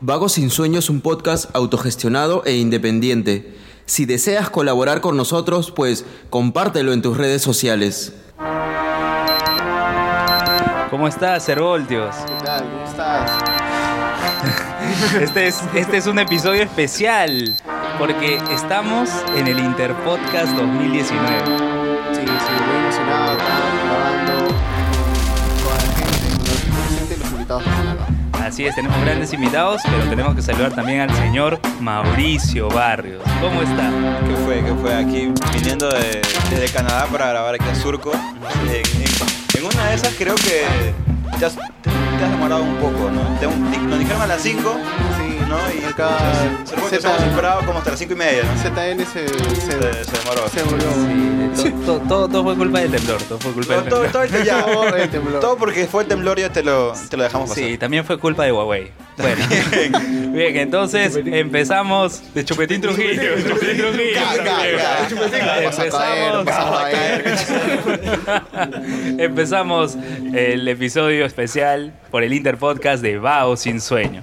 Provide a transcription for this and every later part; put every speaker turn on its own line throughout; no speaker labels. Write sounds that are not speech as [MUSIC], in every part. Vagos sin Sueño es un podcast autogestionado e independiente. Si deseas colaborar con nosotros, pues compártelo en tus redes sociales.
¿Cómo estás, Hervoltios?
¿Qué tal? ¿Cómo estás?
[LAUGHS] Este es, este es un episodio especial porque estamos en el Interpodcast 2019.
Sí, sí, muy emocionado, estamos grabando con toda la gente, con los presentes y los invitados. que están acá.
Así es, tenemos grandes invitados, pero tenemos que saludar también al señor Mauricio Barrios. ¿Cómo está?
¿Qué fue? ¿Qué fue? Aquí viniendo de- desde Canadá para grabar aquí a Surco. En, en- en una de esas creo que ya s- te, te has demorado un poco, ¿no? Te- un- nos dijeron a las 5,
Sí,
¿no? Y
acá
Surco
Z-
se hemos esperado como hasta las 5 y media, ¿no?
ZN se,
Se,
se,
se demoró.
se volvió.
Sí, todo, todo, todo fue culpa del temblor, todo fue culpa
Todo,
del
todo,
temblor.
todo
[LAUGHS]
el- ya,
Todo el temblor.
todo porque fue el temblor y te lo, te lo dejamos pasar.
Sí, también fue culpa de Huawei. Bueno, [LAUGHS] bien, entonces empezamos de Chupetín Trujillo. Chupetín Trujillo.
Ca- ca- ca- Chupetín, Vas a
Eh,
caer, vas a
Empezamos,
caer.
empezamos el episodio especial por el Interpodcast de Bao Sin Sueño.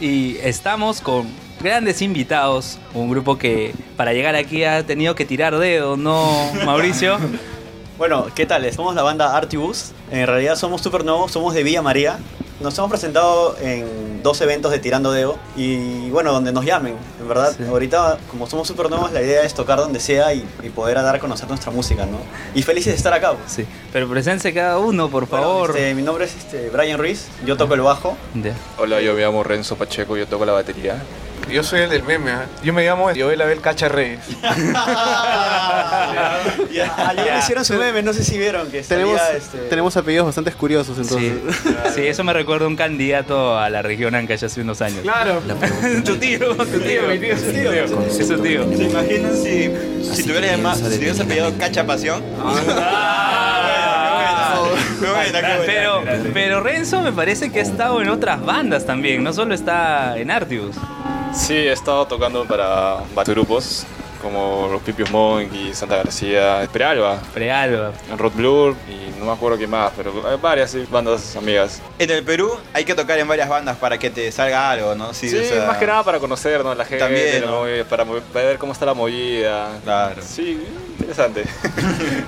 Y estamos con grandes invitados, un grupo que para llegar aquí ha tenido que tirar dedo,
[LAUGHS]
¿no, Mauricio?
Bueno, ¿qué tal? Somos la banda Artibus. En realidad somos súper nuevos, somos de Villa María. Nos hemos presentado en dos eventos de Tirando Deo y bueno, donde nos llamen, en verdad. Ahorita, como somos súper nuevos, la idea es tocar donde sea y, y poder dar a conocer nuestra música, ¿no? Y felices de estar acá. pues.
Sí, pero presense cada uno, por
Bueno,
favor.
este, mi nombre es este, Brian Ruiz, yo toco el bajo.
Ya.
Hola, yo me llamo Renzo Pacheco, yo toco la batería.
Yo soy el del
¿eh?
meme, yo me llamo Joel Abel Cacha Reyes.
[LAUGHS] Ayer
Ya.
hicieron su meme, no sé si vieron que salía,
Tenemos,
este,
tenemos apellidos bastante curiosos entonces.
Sí. Sí, eso me recuerda a un candidato a la región Ancash hace unos años.
Claro.
[LAUGHS] tu tío, tu tío, mi tío, su tío. Es su tío.
¿Se imaginan si, si tuvieras
comienza
más, si tuvieras apellido Cacha Pasión? Qué buena, qué buena.
Ah, Pero, pero Renzo me parece que ha estado en otras bandas también, no solo está en Artius.
Sí, he estado tocando para varios grupos, como los Pipios Monkey, Santa García, Esperalba,
Prealba.
Rod Blur y no me acuerdo qué más, pero hay varias sí, bandas amigas. En el Perú hay que tocar en varias bandas para que te salga algo, ¿no? Sí, más que nada para conocer ¿no? la gente, la movida, para, mo- para ver cómo está la movida. Claro. Sí, interesante.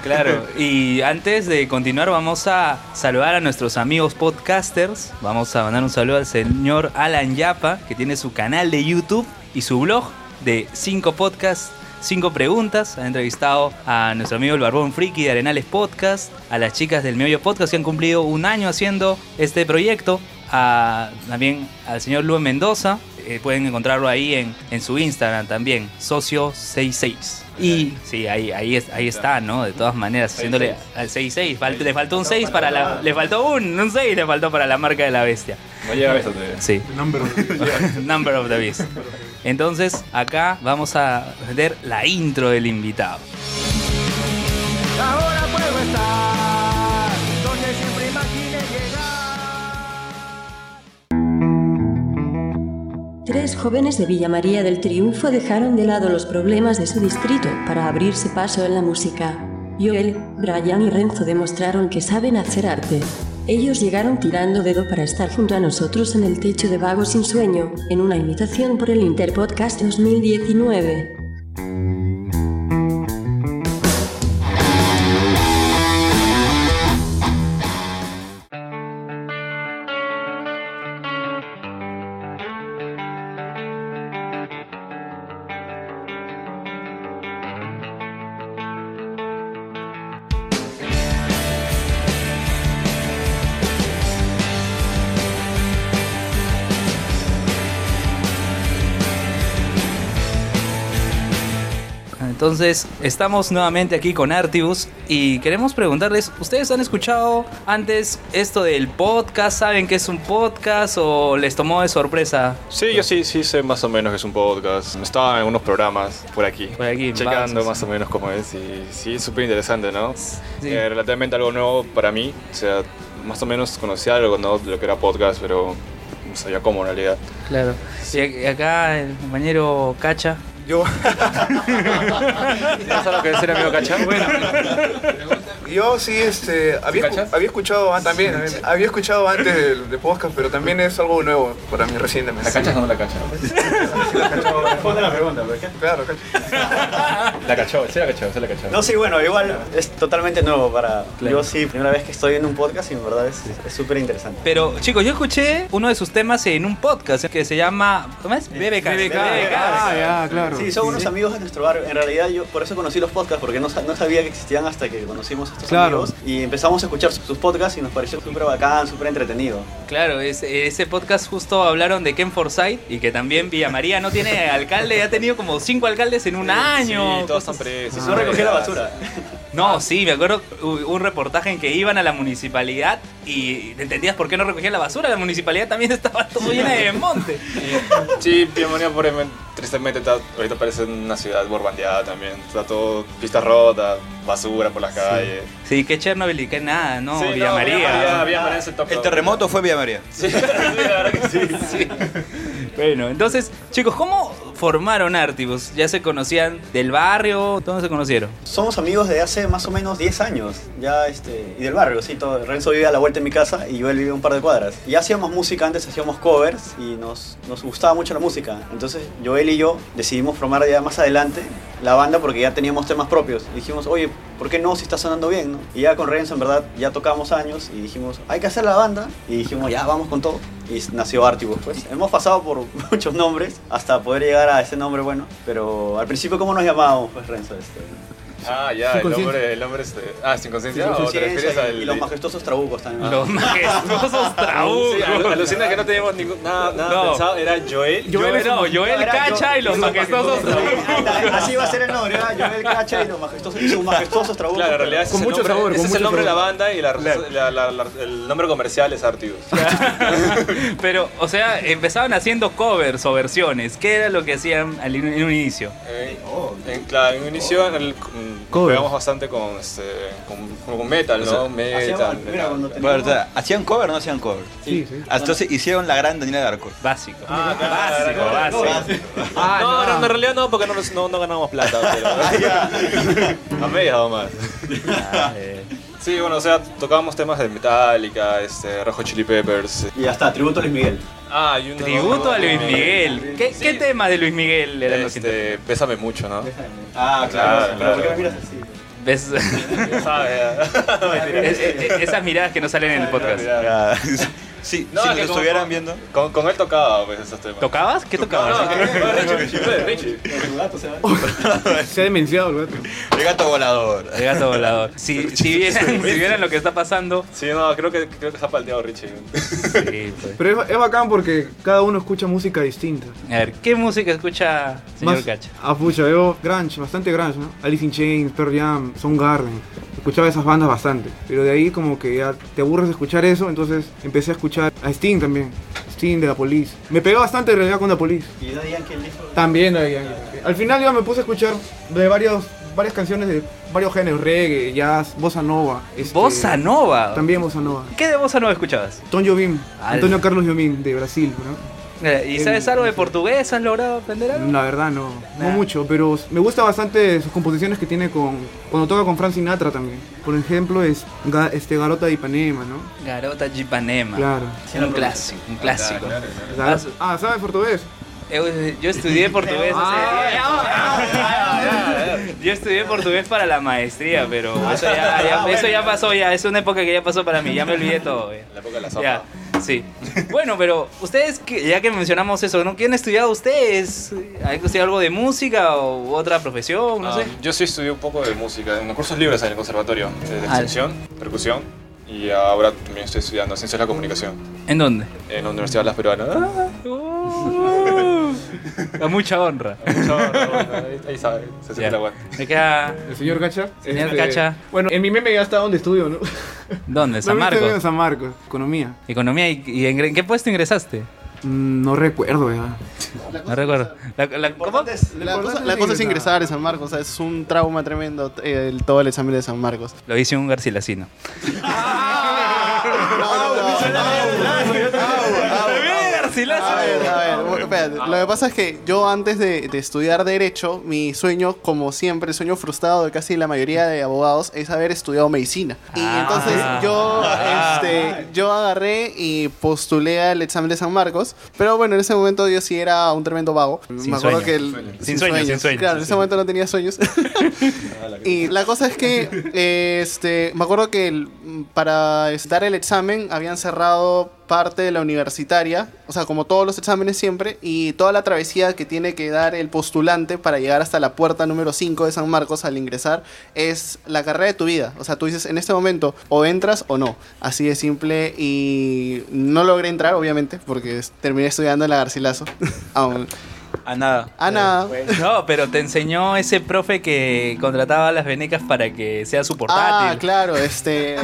Claro, [LAUGHS] y antes de continuar vamos a saludar a nuestros amigos podcasters. Vamos a mandar un saludo al señor Alan Yapa, que tiene su canal de YouTube y su blog de 5 podcasts, 5 preguntas. Ha entrevistado a nuestro amigo el Barbón Friki de Arenales Podcast, a las chicas del Meollo Podcast que han cumplido un año haciendo este proyecto, a- también al señor Luis Mendoza. Eh, pueden encontrarlo ahí en, en su Instagram también, socio66. Y sí, ahí, ahí, es- ahí está, ¿no? De todas maneras, haciéndole al 66. Fal- le faltó un 6 para la. Le faltó un, un 6 le faltó para la marca de la bestia.
No llega
[LAUGHS]
eso todavía.
Sí. Number of the Beast. Entonces, acá vamos a ver la intro del invitado.
Ahora puedo estar
Hombres jóvenes de Villa María del Triunfo dejaron de lado los problemas de su distrito para abrirse paso en la música. Joel, Brian y Renzo demostraron que saben hacer arte. Ellos llegaron tirando dedo para estar junto a nosotros en el techo de Vago Sin Sueño, en una invitación por el Interpodcast 2019.
Entonces, estamos nuevamente aquí con Artibus y queremos preguntarles, ¿ustedes han escuchado antes esto del podcast? ¿Saben que es un podcast o les tomó de sorpresa?
Sí, yo sí, sí sé más o menos que es un podcast. Estaba en algunos programas por aquí. Por aquí. Checando
vamos,
más o menos cómo es. Y sí, es súper interesante, ¿no?
Sí.
Eh, relativamente algo nuevo para mí. O sea, más o menos conocía algo, ¿no? De lo que era podcast, pero no sabía cómo en realidad.
Claro. Y acá el compañero Cacha. Yo.
¿Sabes lo que es ser amigo Cacha? Bueno,
Yo sí, este, había, escu- había escuchado ah, también, había escuchado antes del de podcast, pero también es algo nuevo para mí recientemente.
¿La cachas o no la cachas?
Responde la pregunta, ¿por qué?
Claro,
La cachó, sí la cachó, sí la cachó.
No, sí, bueno, igual es totalmente nuevo para... Yo sí, primera vez que estoy en un podcast y en verdad es es súper interesante.
Pero chicos, yo escuché uno de sus temas en un podcast que se llama ¿cómo es? BBK.
Ah,
ah,
Sí, son unos amigos de nuestro barrio. En realidad yo por eso conocí los podcasts, porque no, sa- no sabía que existían hasta que conocimos a estos
Claro.
amigos. Y empezamos a escuchar sus sus podcasts y nos pareció súper bacán, súper entretenido.
Claro, es- ese podcast justo hablaron de Ken Forsyth y que también Villa María no
[LAUGHS]
tiene alcalde, ha tenido como cinco alcaldes en un año.
Sí, todos están presos.
Ah.
Yo recogí la basura.
No, sí, me acuerdo u- un reportaje en que iban a la municipalidad y entendías por qué no recogían la basura. La municipalidad también [LAUGHS] estaba todo llena de monte.
Sí, bienvenida por Tristemente está, ahorita parece una ciudad borbandeada también. Está todo pistas rotas, basura por las calles.
Sí, que Chernobyl y que nada, no,
Sí, no,
Villa María.
Villa María, Villa María es el top, top.
terremoto fue Villa María.
[LAUGHS]
Bueno, entonces, chicos, ¿cómo formaron Artibus? ¿Ya se conocían del barrio? ¿Dónde se
[LAUGHS]
conocieron?
Somos amigos de hace más o menos 10 años, ya este, y del barrio, sí, todo. Renzo vive a la vuelta de mi casa y yo él vive a un par de cuadras. Y hacíamos música antes, hacíamos covers y nos, nos gustaba mucho la música. Entonces Joel y yo decidimos formar ya más adelante la banda porque ya teníamos temas propios. Y dijimos, oye, ¿por qué no si está sonando bien? no?". Y ya con Renzo en verdad ya tocamos años y dijimos, hay que hacer la banda. Y dijimos, ya vamos con todo. Y nació Artibus, pues. Hemos pasado por muchos nombres hasta poder llegar a ese nombre bueno. Pero al principio, ¿cómo nos llamábamos, pues, Renzo? Este,
Ah, ya,
Sin
el hombre,
conciencia.
el hombre este. Ah, sin conciencia.
Sin
¿O te
conciencia
refieres
y-
al-
y los majestuosos trabucos también. [LAUGHS]
Los [LAUGHS]
majestuosos
trabucos. Sí, alu- Ah. alucina que no teníamos ningún, nada, nada
No.
pensado. Era Joel.
Joel es-
no, Joel
Era
Cacha y los majestuosos.
Así va a ser el nombre, ¿verdad? Joel Cacha y los majestuosos, y sus majestuosos trabucos.
Claro, en realidad ese es el nombre- Ese es el nombre de la banda y la- la- la- la- el nombre comercial es Artibus.
[LAUGHS] Pero, o sea, empezaban haciendo covers o versiones. ¿Qué era lo que hacían al in- en un inicio?
Eh,
Oh.
en, claro, en un inicio en el- mm,
Cover.
pegamos bastante con, este, con, como con metal,
O
¿no?
sea,
metal.
hacíamos-
metal.
Bueno, o sea, ¿hacían cover o no hacían cover?
Sí, sí.
Ah, Entonces hicieron la gran Daniela de Arco.
Básico.
Ah, básico, básico. no, no, en realidad no, porque no, nos- no, no ganamos plata. Pero... A medias nomás. Sí, bueno, o sea, tocábamos temas de Metallica, este, Rojo Chili Peppers.
Y hasta Tributo a Luis Miguel.
Ah, y un
Tributo a Luis Miguel. ¿Qué, qué tema de Luis Miguel era lo que
Este, Bésame mucho, ¿no?
Ah,
claro, claro.
¿Por qué me miras así?
ves?
Ya sabes, ya.
[LAUGHS] Es- es- esas miradas que no salen en el podcast.
Sí,
No,
si
es
nos
que como-
estuvieran viendo.
Con, con él tocaba pues, esos temas.
¿Tocabas? ¿Qué
tocabas?
[LAUGHS]
Se ha demenciado el gato. El gato volador.
El gato volador.
[LAUGHS]
Si, si, vieran, si vieran lo que está pasando.
Sí, no, creo que, creo que está palteado Richie. [LAUGHS]
pues.
Pero es, es bacán porque cada uno escucha música distinta.
A ver, ¿qué música escucha señor
Más-
Cacha?
Ah, pucha, yo grunge, bastante grunge, ¿no? Alice in Chains, Pearl Jam, Soundgarden. Escuchaba esas bandas bastante. Pero de ahí como que ya te aburres de escuchar eso, entonces empecé a escuchar a Sting también. Sting de la Police. Me pegó bastante en realidad con la Police.
Y no digan que el disco...
También ahí, ahí, ahí. Al final yo me puse a escuchar de varios, varias canciones de varios géneros, reggae, jazz, bossa nova. este,
Bossa Nova.
También bossa nova.
¿Qué de bossa nova escuchabas?
Tom Jobim,
Al-
Antonio Carlos Jobim de Brasil, ¿no?
Mira, Eh, ¿Y
El-
sabes algo de portugués? ¿Has logrado aprender algo?
La verdad no, no mucho, pero me gusta bastante sus composiciones que tiene con cuando toca con Frank Sinatra también. Por ejemplo, es Ga- este Garota de Ipanema, ¿no?
Garota de Ipanema.
Claro.
Un clásico, un clásico.
Ah, ¿sabes portugués?
Eh, Yo estudié portugués hace- [LAUGHS] Yo estudié portugués para la maestría, pero
Ah,
eso
[LAUGHS]
ya, ya- eso ya pasó, ya. Es una época que ya pasó para mí, ya me olvidé todo. ya.
La época de la sopa.
Ya, sí. Bueno, pero ustedes, que- ya que mencionamos eso, ¿no? ¿Qué han estudiado ustedes? ¿Han estudiado algo de música o otra profesión? No
Ah,
sé.
Yo sí estudié un poco de música, en los cursos libres en el conservatorio, eh, de
Ah.
extensión, percusión, y ahora también estoy estudiando ciencias de la comunicación
¿En dónde?
en la Universidad de las
Ah,
[LAUGHS] Peruanas.
Ah,
A mucha honra.
mucha honra, bueno, ahí- ahí sabe, se hace
Ya.
el aguante.
Me queda...
El señor Cacha.
Señor
Este,
Cacha.
Bueno, en mi meme ya está donde estudio, ¿no?
¿Dónde? ¿San
[LAUGHS] No, estoy
Marcos?
en San Marcos, economía.
¿Economía? ¿Y, y en, en qué puesto ingresaste?
Mm, No recuerdo, ya.
No recuerdo. La- la- ¿Cómo?
La cosa, la cosa es ingresar en San Marcos, o sea, es un trauma tremendo eh, el- todo el examen de San Marcos.
Lo hice un garcilacino.
A ver, a ver, bueno, espérate. Lo que pasa es que yo antes de, de estudiar Derecho, mi sueño, como siempre, el sueño frustrado de casi la mayoría de abogados, es haber estudiado Medicina. Y
Ah.
Ah.
[LAUGHS]
entonces yo, este, yo agarré y postulé al examen de San Marcos. Pero bueno, en ese momento yo sí era un tremendo vago.
Sin
Me acuerdo
sueño.
que... el-
Sin sueño, sin sueño,
Claro,
sin
en ese
sueño.
momento no tenía sueños. Y la cosa es que eh, este, me acuerdo que el- para es- dar el examen habían cerrado parte de la universitaria, o sea, como todos los exámenes siempre, y toda la travesía que tiene que dar el postulante para llegar hasta la puerta número 5 de San Marcos al ingresar es la carrera de tu vida. O sea, tú dices en este momento o entras o no. Así de simple y no logré entrar, obviamente, porque es- terminé estudiando en la Garcilaso. [LAUGHS] Aún.
A nada.
A nada.
No, pero te enseñó ese profe que contrataba a las venecas para que sea su
Ah,
portátil.
claro, este.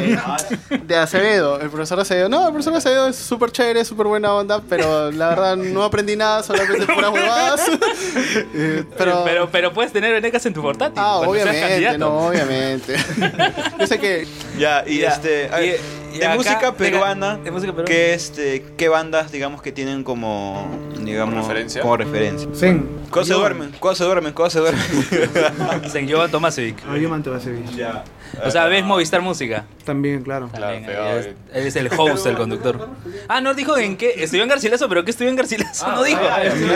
De Acevedo, el profesor Acevedo. No, el profesor Acevedo es súper chévere, súper buena onda, pero la verdad no aprendí nada, solamente puras huevadas.
pero... pero puedes tener venecas en tu portátil.
Ah,
cuando seas
obviamente,
candidato.
no, obviamente. Yo sé que.
Ya, y
Ya.
este. a
Y-
ver,
y
de,
acá-
música
de-
peruana,
de música peruana.
¿qué, este, ¿Qué bandas, digamos, que tienen como. Digamos, referencia? Como referencia.
Zen.
¿Cuándo se duermen? ¿Cuándo se duermen? ¿Cuándo se duermen?
San Jovan Tomasevic.
Ah, yo mantuve ese bicho.
Ya.
O sea, ves Movistar Música.
También, claro.
También, ahí es- él es el host, el conductor. Ah, no dijo en qué. Estudió en Garcilaso, pero ¿qué estudió en Garcilaso?
Ah.
no dijo.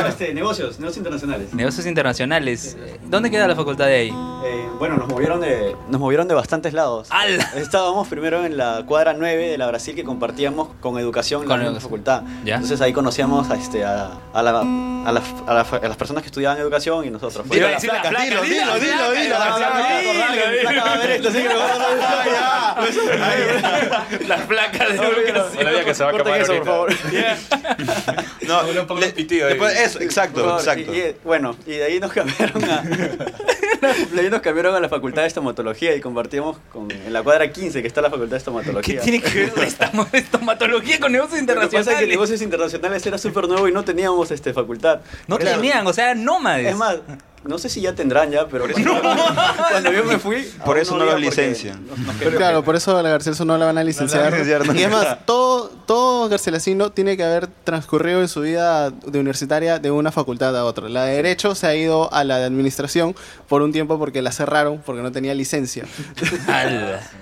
este, negocios, negocios internacionales.
Negocios internacionales. ¿Dónde queda la facultad de ahí?
Eh, bueno, nos movieron de, nos movieron de bastantes lados.
Ah,
Estábamos primero en la cuadra 9 de la Brasil que compartíamos con educación
Con
en la misma
educación.
facultad.
Ya.
Entonces ahí conocíamos a, este, a, a la- a las, a las- a las personas que estudiaban educación y nosotros.
Dilo, Iba a decir la placa, dilo, dilo, dilo, dilo.
Las placas de educación.
Bueno, ya que se va a acabar
eso, por
ahorita.
favor.
[LAUGHS]
[LAUGHS]
No, le- después- eso, exacto,
Por favor,
exacto.
y- y, bueno, y de ahí nos [LAUGHS] cambiaron a. de ahí nos cambiaron a la facultad de estomatología y compartíamos con, en la cuadra 15 que está la facultad de estomatología.
¿Qué tiene que ver la
[LAUGHS]
estamo- estomatología con negocios
Lo que pasa es que
internacionales?
negocios internacionales era súper nuevo y no teníamos este, facultad.
No
Por eso-
tenían, o sea, eran nómades.
Es más, no sé si ya tendrán ya,
[LAUGHS]
pero cuando, cuando yo me fui...
Por
aún
eso no los
había porque-
licencian.
Pero claro, por eso a la Garcilaso no la
van
van a
a
licenciar.
licenciar nunca.
y es más, todo, todo garcilasino tiene que haber transcurrido en su vida de universitaria de una facultad a otra. La de Derecho se ha ido a la de Administración por un tiempo porque la cerraron, porque no tenía licencia.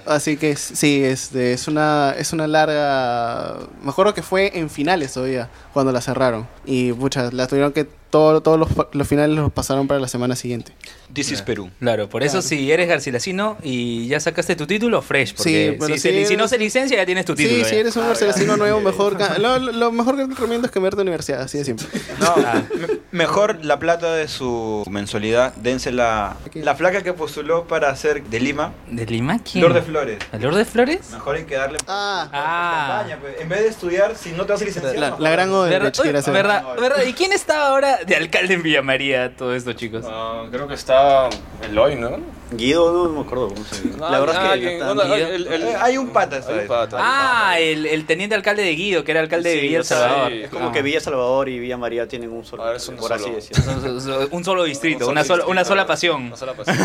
Así que es- sí, este, es, una, es una larga... Me acuerdo que fue en finales todavía, cuando la cerraron. Y muchas, la tuvieron que... todo- todos los, los finales los pasaron para la semana siguiente.
This is Perú.
Eh, Claro, por eso si eres garcilacino y ya sacaste tu título, fresh. Porque
Sí, pero
si, se-
si
si no
eres-
se licencia, ya tienes tu
Sí,
título.
si
ya.
eres un garcilasino nuevo, mejor... ca- Lo, lo- lo mejor que recomiendo es cambiarte de universidad, así de simple.
[LAUGHS]
Ah, Mejor la plata de su mensualidad, dénsela. La flaca que postuló para ser de Lima,
¿De Lima quién?
Lord de Flores.
¿Al Lord de Flores?
Mejor hay que darle
Ah,
campaña, pues. En vez de estudiar, si no te vas a licenciar.
La-
mejor
la gran
dale.
Odebrecht
¿Verdad?
quiere hacer.
¿Verdad? ¿Verdad? ¿Y quién estaba ahora de alcalde en Villa María? Todo esto, chicos.
Ah, creo que está Eloy, ¿no?
Guido, no, me acuerdo cómo se llama. La
Ah,
verdad es que. no está-
hay un pata,
¿sabes?
Ah, el, el teniente alcalde de Guido, que era alcalde de
Sí,
Villa
o
El
sea,
Salvador. Ah.
Es como que Villa Salvador y Villa María tienen un solo. por así
[LAUGHS] decirlo. Un solo distrito, una, sola, una sola pasión. Una
[LAUGHS]
sola pasión.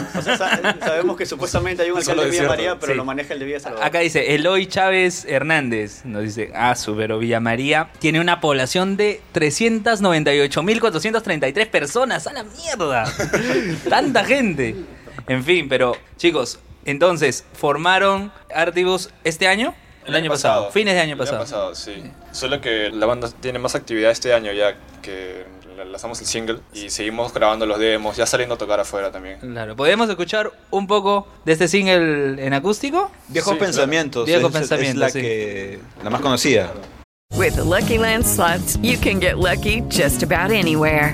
Sabemos que supuestamente hay un
Un solo
alcalde de Villa
desierto.
María, pero
Sí. Ah,
lo maneja el de Villa Salvador.
Acá dice Eloy Chávez Hernández. Nos dice, ah, su, pero Villa María tiene una población de 398.433 personas. ¡A la
[LAUGHS]
mierda! Tanta gente. En fin, pero chicos, entonces, ¿formaron Artibus este año? El, año pasado. Fines de año pasado.
El año pasado, sí. Eh, Solo que la banda tiene más actividad este año ya que la- lanzamos el single y seguimos grabando los demos, ya saliendo a tocar afuera también.
Claro, ¿podemos escuchar un poco de este single en acústico?
Viejos Sí, claro. Pensamientos,
Viejos
es- es
pensamientos.
la
sí.
que- La más conocida.
With the Lucky Land slots, you can get lucky just about anywhere.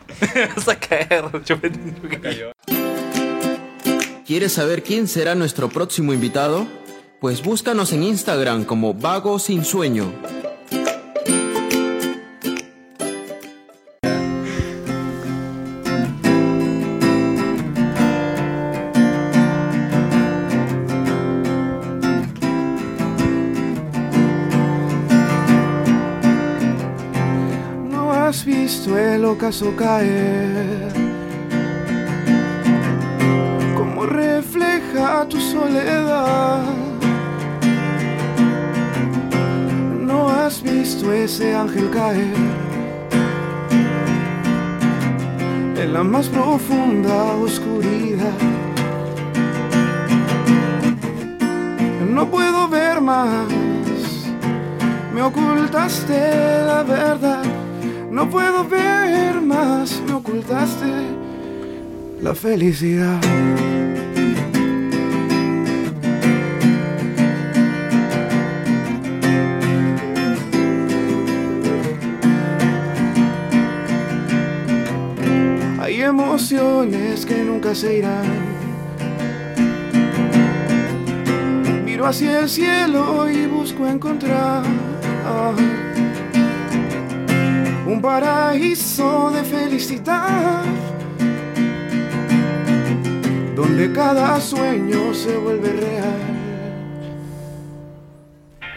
[LAUGHS] Vas a caer, Chupetín.
[LAUGHS]
¿Quieres saber quién será nuestro próximo invitado? Pues búscanos en Instagram como Vago Sin Sueño.
No has visto el ocaso caer. Como refleja tu soledad. No has visto ese ángel caer. En la más profunda oscuridad. No puedo ver más. Me ocultaste la verdad, no puedo ver más, me ocultaste la felicidad. Hay emociones que nunca se irán. Miro hacia el cielo y busco encontrar ah, un paraíso de felicidad donde cada sueño se vuelve real.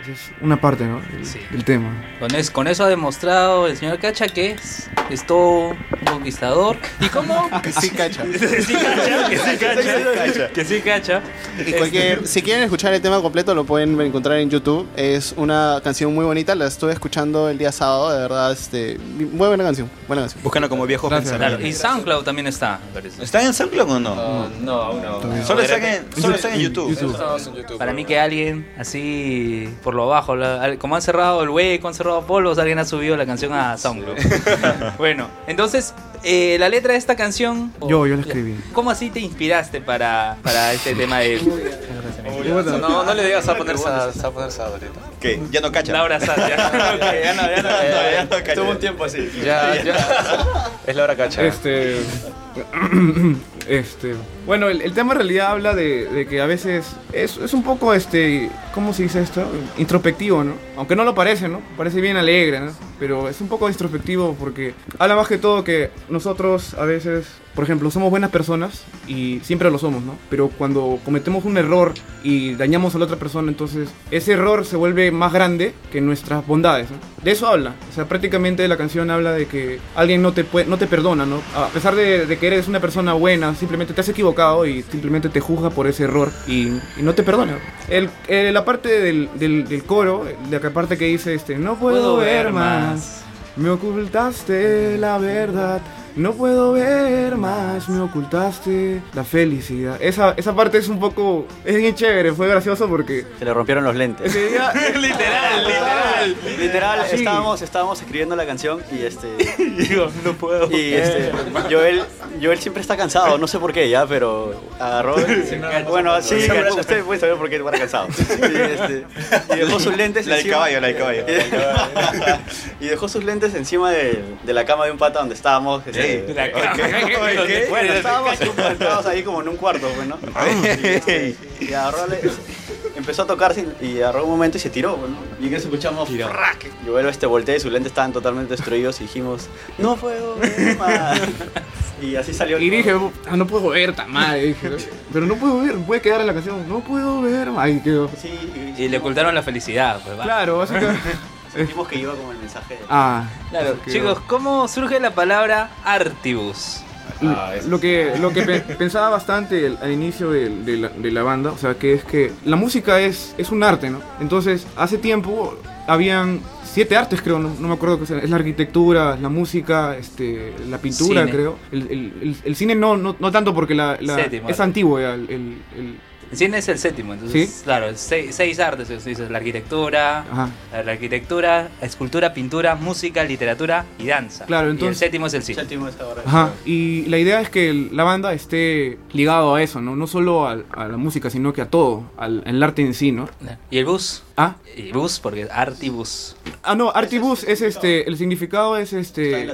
Esa es una parte, ¿no? El, el tema.
Con, es- con eso ha demostrado el señor Cacha que es, es todo un conquistador. ¿Y
[LAUGHS]
cómo? Que sí cacha. [LAUGHS] que sí cacha, que sí cacha. Que sí cacha. Este,
Y cualquier- si quieren escuchar el tema completo lo pueden encontrar en YouTube. Es una canción muy bonita, la estuve escuchando el día sábado, de verdad, este, muy buena canción, buena canción.
Búscalo como Viejos
Claro,
Pensamientos.
y SoundCloud también está, me parece.
¿Está en SoundCloud o no?
No, aún
no. Solo está en- solo está en YouTube. Estamos en YouTube.
Para mí que alguien así por lo bajo, la- al- como han cerrado el hueco, han cerrado polos, alguien ha subido la canción a SoundCloud. [LAUGHS] bueno, entonces eh, la letra de esta canción,
Yo, yo la escribí.
¿cómo así te inspiraste para, para este tema de... [LAUGHS]
No, no le digas a poner esa, Ah, a poner esa ahorita.
¿Qué? Ya no cacha. Laura Sass, ya. ya no, ya no, ya no cacha.
Tuvo un tiempo así. Ya, ya. Es la hora cacha.
Este. este. Bueno, el, el tema en realidad habla de, de que a veces es, es un poco, este, ¿cómo se dice esto? Introspectivo, ¿no? Aunque no lo parece, ¿no? Parece bien alegre, ¿no? Pero es un poco introspectivo porque habla más que todo que nosotros a veces, por ejemplo, somos buenas personas y siempre lo somos, ¿no? Pero cuando cometemos un error y dañamos a la otra persona, entonces ese error se vuelve más grande que nuestras bondades, ¿no? De eso habla. O sea, prácticamente la canción habla de que alguien no te, puede, no te perdona, ¿no? A pesar de, de que eres una persona buena, simplemente te has equivocado y simplemente te juzga por ese error y, y no te perdona. El, eh, la parte del, del- del coro, de la parte que dice, este, no puedo, ver más. Me ocultaste la verdad, No puedo ver más, me ocultaste la felicidad. Esa, esa parte es un poco. Es bien chévere, fue gracioso porque.
Se le rompieron los lentes. [LAUGHS]
literal, literal.
Literal,
Sí.
estábamos, estábamos escribiendo la canción y
[LAUGHS]
este. Digo, no puedo. Y este. Joel, Joel siempre está cansado, no sé por qué ya, pero agarró. bueno, sí, usted puede saber por qué está cansado. Y, este, y dejó sus lentes.
La del
encima-
caballo, la del caballo.
[LAUGHS] y dejó sus lentes encima de, de la cama de un pata donde estábamos. este, [LAUGHS]
la cama. [LAUGHS]
donde- Bueno,
¿Qué?
estábamos estábamos ahí como en un cuarto, pues, ¿no? Y, este, y agarró la- Empezó a tocarse y agarró un momento y se tiró, bueno. Y que escuchamos frac. Yo vuelvo este volteé y sus lentes estaban totalmente destruidos y dijimos, no puedo ver más. Y así salió.
Y dije, "Ah, no puedo ver, tan madre", dije, ¿no? Pero no puedo ver, puede quedar en la canción. No puedo ver más. Ahí quedó.
Y le ocultaron la felicidad, pues va.
Claro, básicamente.
[LAUGHS] Sentimos que iba como el mensaje.
Ah.
Claro,
Eso quedó.
chicos, ¿cómo surge la palabra Artibus?
lo que, lo que pe- [LAUGHS] pensaba bastante el- al inicio del- de, la, de la banda, o sea, que es que la música es, es un arte, ¿no? Entonces, hace tiempo habían siete artes, creo, no, no me acuerdo qué sea, es la arquitectura, la música, este, la pintura,
Cine.
creo. El, el- el- el cine no, no, no tanto porque la, la-
Séptimo
es
arte.
antiguo ya, el- el- el,
El cine es el séptimo, entonces,
Sí.
claro, el sei- seis, artes, eso dices, la arquitectura,
Ajá.
la arquitectura, escultura, pintura, música, literatura y danza.
Claro,
Y el
entonces-
séptimo es el cine.
Ajá, y la idea es que el- la banda esté ligado a eso, ¿no? No solo al- a, la música, sino que a todo, al, al arte en sí, ¿no?
¿Y el bus?
Ah.
Y bus, porque Artibus.
Ah, no, artibus es este, el significado es este... en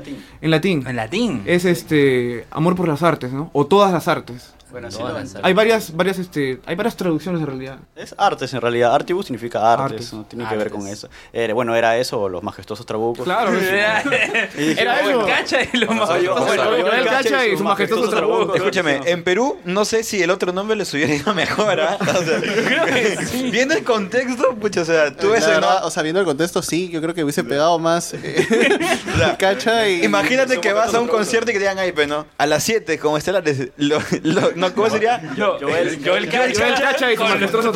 latín. En latín. Es este, amor por las artes, ¿no? O todas las artes.
Bueno, así
Todas
lo-
las
Hay varias, varias, este, hay varias traducciones en realidad.
Es artes en realidad. Artibus significa artes,
Artes.
no tiene que ver con eso. Eh, bueno, era eso o los majestuosos trabucos. [LAUGHS]
Claro,
era,
Era eso.
Cacha y lo más.
Joel Cacha y su majestuoso trabuco.
Escúchame, en Perú no sé si el otro nombre le hubiera ido [LAUGHS] mejor. ¿ah? O sea, [LAUGHS]
[LAUGHS]
Viendo el contexto, pucha, o sea, tú
Eh, La
ves el
verdad, O sea, viendo el contexto, sí, yo creo que hubiese pegado
[LAUGHS]
más. eh, cacha y.
Imagínate que vas a un concierto y que te digan, ay, pero no, a las 7 como estelares. Lo, lo- no, ¿Cómo sería?
Yo,
Joel,
Joel Cacha.
Joel Cacha y su majestuoso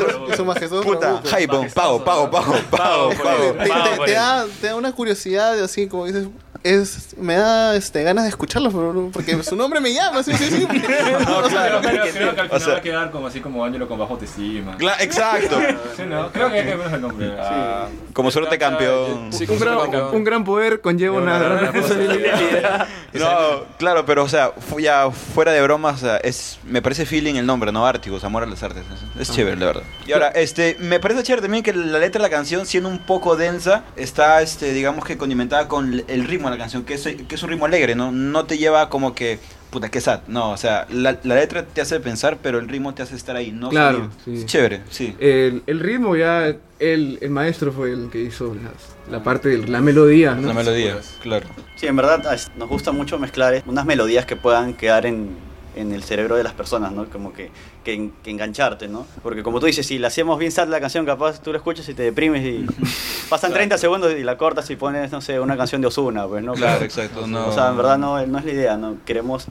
Puta, hype, pago, pago, pago, pago, pago.
Te, te- te da, te da una curiosidad, así como dices. Es, me da este, ganas de escucharlo bro, porque su nombre me llama. Sí, sí, sí.
No,
O sea,
claro, creo,
[LAUGHS]
creo que al final
o sea-
va a quedar como así como Ángelo con bajo autoestima.
Cla-
[LAUGHS]
exacto.
Sí, no, creo que hay que ponerse el nombre. Ah,
Como suerte campeón.
un, gran, un gran poder conlleva una gran [LAUGHS] responsabilidad.
No, claro, pero o sea, fu- ya fuera de bromas, o sea, es, me parece feeling el nombre, ¿no? Artigos, amor a las artes. Es- Es chévere, la verdad. Y ahora, este, me parece chévere también que la letra de la canción, siendo un poco densa, está, este, digamos que condimentada con l- el ritmo de la canción, que es, que es un ritmo alegre, ¿no? No te lleva como que, puta, que sad. No, o sea, la, la letra te hace pensar, pero el ritmo te hace estar ahí, ¿no?
Claro,
Salir.
sí.
Es chévere, sí.
El, el ritmo ya, el, el maestro fue el que hizo las- la parte de la melodía, ¿no?
La melodía, claro.
Sí, en verdad as- nos gusta mucho mezclar eh, unas melodías que puedan quedar en, en el cerebro de las personas, ¿no? Como que, que, en- que engancharte, ¿no? Porque como tú dices, si la hacemos bien sad la canción, capaz tú la escuchas y te deprimes
[LAUGHS]
y pasan 30 segundos y la cortas y pones, no sé, una canción de Osuna, pues, ¿no?
Claro,
Pero-
exacto, no.
O sea, en verdad no, no es la idea, ¿no? Queremos,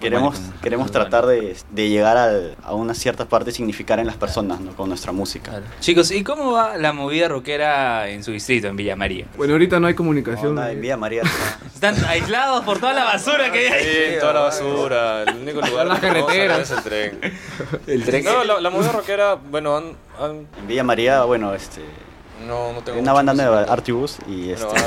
queremos, queremos tratar de, de llegar al- a una cierta parte y significar en las personas, ¿no? Con nuestra música.
Chicos, ¿y cómo va la movida rockera en su distrito, en Villa María?
Bueno, ahorita no hay comunicación.
en Villa María.
Están aislados por toda la basura que hay.
Sí, toda la basura, el
[LAUGHS]
único lugar
Las
que podemos
carreteras.
hablar es el tren.
El tren.
No, la, la movida rockera, bueno, han, han-
En Villa María, bueno, este...
no, no tengo
Una
mucho
banda
más.
nueva, Artibus, y este...
Bueno,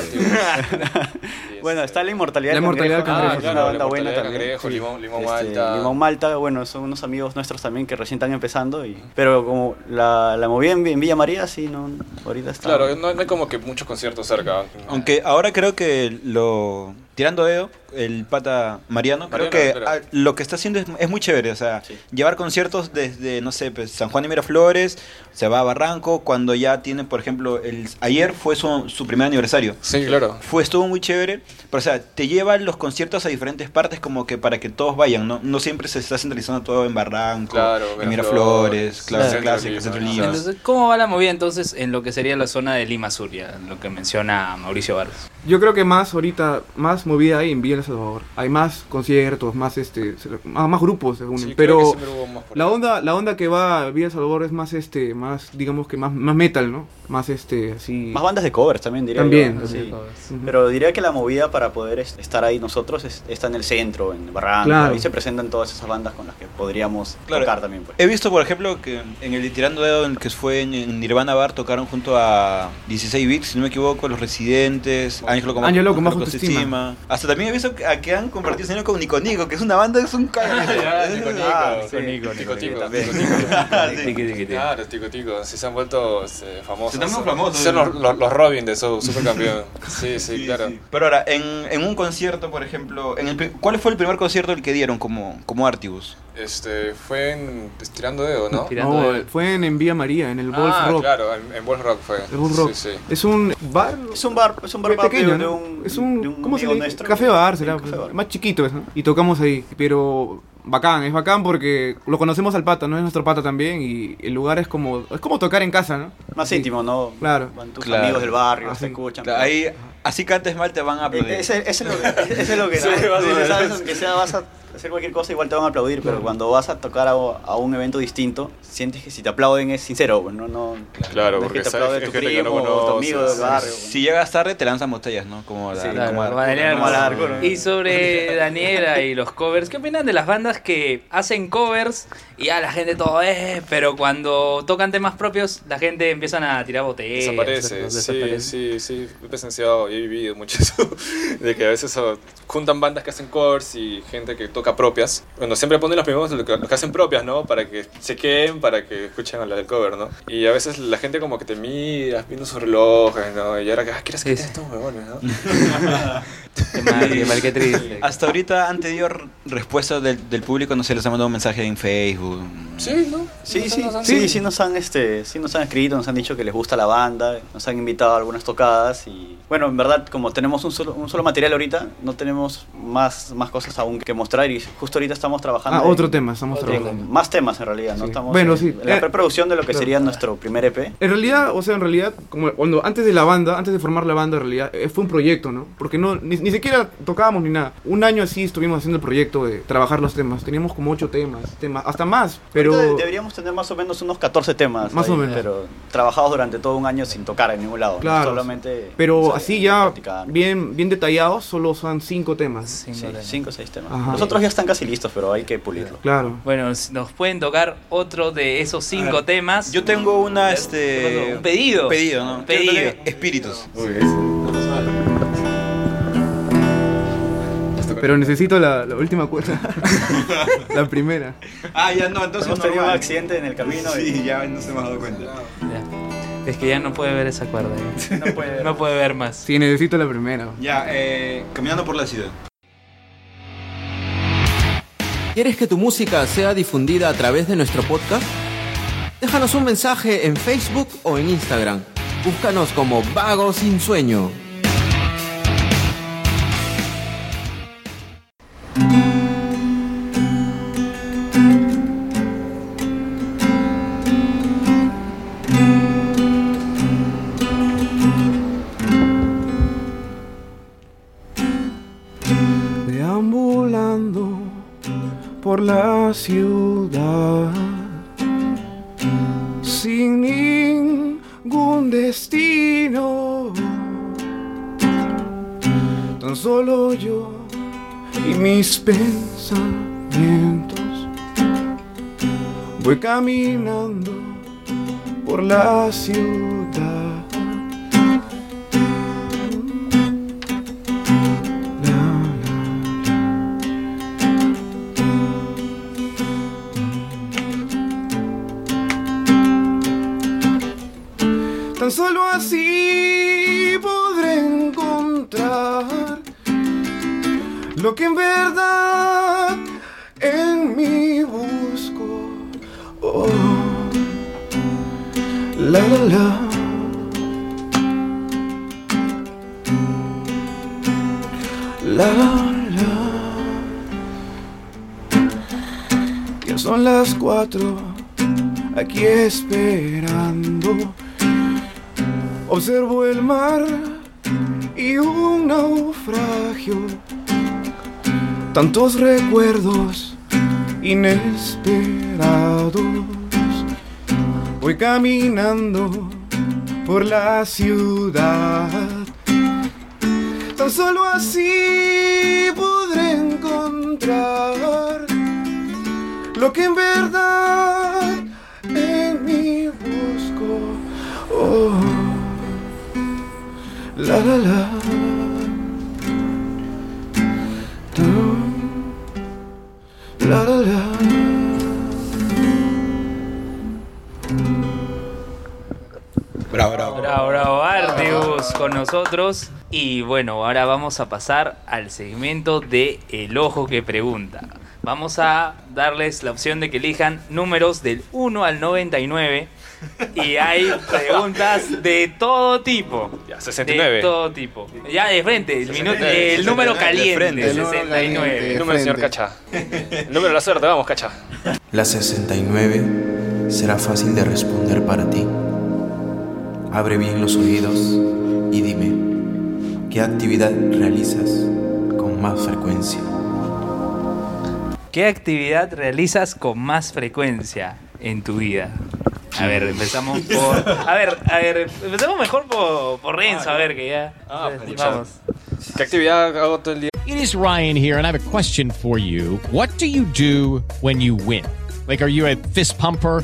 Artibus.
Bueno, está la inmortalidad
La
del
Inmortalidad
Cangrejo.
del
Ah,
Cangrejo.
es una
La
banda
Inmortalidad
buena
del
también.
Cangrejo, Limón- Limón
Este,
Malta.
Limón Malta, bueno, son unos amigos nuestros también que recién están empezando. Y, pero como la, la moví en, en Villa María, sí, no, ahorita está.
Claro, no, no hay como que muchos conciertos cerca.
Aunque ahora creo que lo. Tirando dedo, el pata Mariano,
Mariano,
creo que
espera.
ah, lo que está haciendo es, es muy chévere. O sea, llevar conciertos desde, no sé, pues, San Juan de Miraflores, se va a Barranco, cuando ya tiene, por ejemplo, el ayer fue su, su primer aniversario.
Sí, claro.
Fue, estuvo muy chévere. Pero, o sea, te lleva los conciertos a diferentes partes como que para que todos vayan, ¿no? No siempre se está centralizando todo en Barranco,
Claro,
en
Miraflores,
Miraflores, claro,
Centro
Clásica,
Lima.
Centro
Sí,
Lima.
Entonces, ¿cómo va la movida entonces en lo que sería la zona de Lima Sur, ya, lo que menciona Mauricio Vargas?
[LAUGHS] Yo creo que más ahorita, más movida hay en Villa El Salvador. Hay más conciertos, más este, se- más, más grupos se unen.
creo que
pero
siempre hubo más
la onda, la onda que va a Villa El Salvador es más este, más, digamos que más, más metal, ¿no? más este, así...
Más bandas de covers también, diría
También,
yo.
también.
Sí. Pero diría que la movida para poder es- estar ahí nosotros es- está en el centro, en Barranca.
Claro.
Ahí se presentan todas esas bandas con las que podríamos
Claro.
tocar también. pues.
He visto, por ejemplo, que en el Tirando Dedo, en el que fue en, en Nirvana Bar, tocaron junto a 16 Bits, si no me equivoco, Los Residentes, Ángelo con,
Ángelo con Bajo Autoestima.
Hasta también he visto que- a que han compartido escenario con Nico Nico, que es una banda que es un
[LAUGHS]
Ah,
[LAUGHS] cagado.
Nico Nico,
Ah,
Nico
sí.
Nico, Nico Tico,
también.
Tico
[LAUGHS]
Tico.
Tiki, tiki, tiki.
Claro, Tico Tico, sí se han vuelto este, famosos.
Se han vuelto famosos.
Son los, los- los Robin de su supercampeón. Sí, sí, claro.
Pero ahora, en, en un concierto, por ejemplo, en el pri- ¿cuál fue el primer concierto el que dieron como, como Artibus?
Este, fue en Estirando Dedo, ¿no?
No, fue en, en Vía María, en el Wolf
ah,
Rock.
claro, en, en Wolf Rock fue.
El Wolf Rock.
Sí, sí.
Es un bar
Es un bar, es un bar para-
pequeño,
de-
¿no?
de un-
es un,
de un
¿cómo se
amigo
le dice?
nuestro.
Café bar, será pues. más chiquito es, ¿no? Y tocamos ahí, pero bacán, es bacán porque lo conocemos al pata, no es nuestro pata también y el lugar es como es como tocar en casa, ¿no?
Más íntimo, ¿no?
Claro.
Van tus amigos del
Ah,
barrio, te escuchan.
Ahí, así cantes mal, te van a aplaudir.
E-, Ese, ese es lo
[LAUGHS]
que, ese es
[LAUGHS]
lo que
Sí,
tú
vas a-
sabes, aunque sea vas a hacer cualquier cosa, igual te van a aplaudir, pero cuando vas a tocar a, a un evento distinto, sientes que si te aplauden es sincero, pues, no, no, no
Claro,
es
porque
que te
sabes
aplaude
que
tu
es gente que no
primo o tu
conoces.
amigo del barrio.
Si llegas tarde, te lanzan botellas, ¿no? Como la-
Sí,
como
claro,
la-
como Daniel
como la-
Arcos.
Y sobre Daniela y los covers, ¿qué opinan de las bandas que hacen covers y a la gente todo es, pero cuando tocan temas propios, la gente empiezan a tirar botellas?
Eh, Desaparece,
cosas,
sí,
desaparece?
sí, sí. He presenciado y he vivido mucho [LAUGHS] eso. De que a veces oh, juntan bandas que hacen covers y gente que toca propias. Bueno, siempre ponen los primeros los que, los que hacen propias, ¿no? Para que chequen, para que escuchen a la del cover, ¿no? Y a veces la gente como que te mira, viendo sus relojes, ¿no? Y ahora que, ah, ¿quieres que estos huevones,
[LAUGHS]
no?
Qué mal, qué mal, qué [LAUGHS] triste.
Hasta ahorita han tenido r- respuestas del, del público, no se les ha mandado un mensaje en Facebook.
Sí, ¿no?
Sí,
Nos
sí,
han- nos han-
sí, sí nos han este, sí nos han escrito, nos han dicho que les gusta la banda, nos han invitado a algunas tocadas y bueno, en verdad como tenemos un solo, un solo material ahorita, no tenemos más más cosas aún que mostrar y justo ahorita estamos trabajando
Ah,
en-
otro tema, estamos
en-
trabajando.
más temas en realidad, no estamos
Bueno,
en,
sí.
en la
Eh,
preproducción de lo que
claro.
sería nuestro primer E EP.
En realidad, o sea, en realidad, como cuando antes de la banda, antes de formar la banda, en realidad, eh, fue un proyecto, ¿no? Porque no, ni, ni siquiera tocábamos ni nada. Un año así estuvimos haciendo el proyecto de trabajar los temas. Teníamos como ocho temas, temas hasta más, pero...
Ahorita de- deberíamos tener más o menos unos 14 temas
Más
ahí,
o menos.
pero trabajados durante todo un año sin tocar en ningún lado, ¿no?
Claro,
solamente
Pero
o sea,
así ya bien, bien detallados, solo son cinco temas.
sí, cinco o seis temas.
Ajá.
Nosotros ya están casi listos, pero hay que pulirlo.
Claro.
Bueno, si nos pueden tocar otro de esos cincinco temas.
Yo tengo una, este...
Un pedido.
Un pedido, ¿no?
Pedido.
Quiero tocar Espíritus.
Pero necesito la, la última
[LAUGHS]
cuerda. la primera.
Ah, ya no, entonces
Hemos
no,
tenido un
normal.
accidente en el camino y-
Sí, ya no se me ha dado cuenta.
Es que ya no puede ver esa cuerda. ¿eh? [LAUGHS]
No puede.
No puede ver más.
Sí, necesito la primera.
Ya, eh, caminando por la ciudad.
¿Quieres que tu música sea difundida a través de nuestro podcast? Déjanos un mensaje en Facebook o en Instagram. Búscanos como Vago Sin Sueño.
Deambulando por la ciudad sin ningún destino. Tan solo yo y mis pensamientos voy caminando por la ciudad. Tan solo así podré encontrar lo que en verdad en mí busco. Oh. La la la. La la. Ya son las cuatro, aquí esperando. Observo el mar y un naufragio. Tantos recuerdos inesperados. Voy caminando por la ciudad. Tan solo así podré encontrar lo que en verdad en mí busco. Oh, la la la. Dum, La la la.
Bravo, bravo. Bravo, bravo. Artius con nosotros. Y bueno, ahora vamos a pasar al segmento de El Ojo que Pregunta. Vamos a darles la opción de que elijan números del 1 al 99. Y hay preguntas de todo tipo.
Ya, 69.
De todo tipo. Ya, de frente, el, minuto- el número caliente. 69.
El número del señor Cacha. El número de la suerte, vamos, Cacha.
La 69 será fácil de responder para ti. Abre bien los oídos y dime, ¿qué actividad realizas con más frecuencia?
¿Qué actividad realizas con más frecuencia en tu vida? A ver, empezamos por. A ver, a ver, empezamos mejor por, por Renzo, a ver, que ya. vamos.
Ah, ¿Qué actividad hago todo el día?
It is Ryan here, and I have a question for you. What do you do when you win? Like, are you a fist pumper?